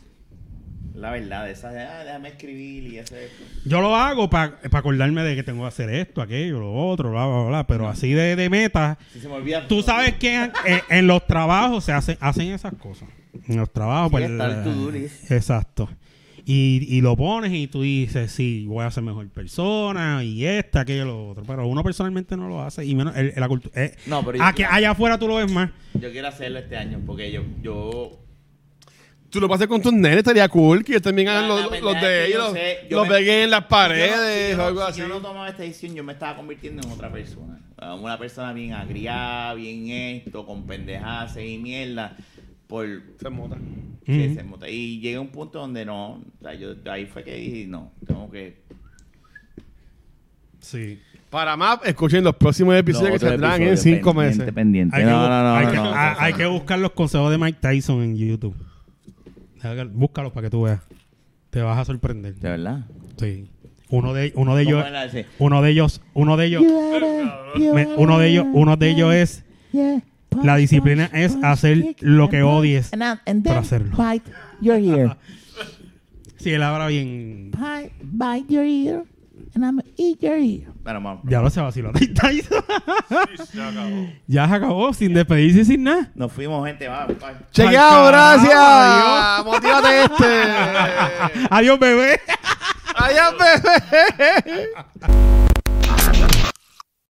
S2: La verdad, de esas de, ah, déjame escribir y hacer esto.
S1: Yo lo hago para acordarme de que tengo que hacer esto, aquello, lo otro, bla, bla, bla. Pero así de, de meta.
S2: Si se me olvida.
S1: Tú sabes que en, en- en los trabajos se hacen, hacen esas cosas. En los trabajos, pues, eh,
S2: Sí, está el to-do list.
S1: Exacto. Y, y lo pones y tú dices, sí, voy a ser mejor persona y esta, aquello, lo otro. Pero uno personalmente no lo hace. Y menos el- la cultura.
S2: No, pero yo-
S1: a que allá afuera tú lo ves más.
S2: Yo quiero hacerlo este año porque yo. yo
S3: Tú lo pasas con tus nenes, estaría cool que ellos también
S2: La-
S3: hagan
S2: la
S3: los,
S2: verdad
S3: los
S2: es
S3: de
S2: que yo
S3: ellos.
S2: sé, yo
S3: Los
S2: me-
S3: peguen en las
S2: si
S3: paredes
S2: yo
S3: o
S2: no-
S3: algo
S2: si
S3: así.
S2: yo no tomaba esta decisión, yo me estaba convirtiendo en otra persona. Ah, Una persona bien agriada, bien esto, con pendejadas y mierda. Por,
S3: Se mota.
S2: que
S1: Ujú.
S2: se monta. Y llegué a un punto donde no, o sea, yo, ahí fue que dije, no, tengo que...
S1: Sí.
S3: Para más, escuchen los próximos episodios que saldrán en cinco meses.
S1: Hay,
S2: Pendiente.
S1: que,
S2: No,
S1: bu-
S2: no, no,
S1: hay
S2: no,
S1: que-
S2: no,
S1: a-
S2: no,
S1: hay
S2: no.
S1: que buscar los consejos de Mike Tyson en YouTube. Haga- Búscalos para que tú veas. Te vas a sorprender.
S2: De verdad.
S1: Sí. Uno de, uno de ellos.
S2: ¿Cómo era ese?
S1: Uno de ellos. Uno de ellos. Me- uno de ellos, uno de ellos es la disciplina es hacer lo que odies.
S6: pero
S1: hacerlo.
S6: hacerlo. Bite your ear.
S1: Si él habla bien,
S6: Bite, bite your ear. And I'm gonna eat your ear.
S2: Bueno, vamos.
S1: ya lo se vaciló. Tyson.
S4: era. Sí, se acabó.
S1: ya se acabó sin despedirse y sin nada.
S2: Nos fuimos, gente. Va, bye.
S3: Chequeado,
S1: Al carajo,
S3: gracias.
S1: adiós.
S3: Motívate este.
S1: Adiós, bebé.
S3: Adiós, bebé.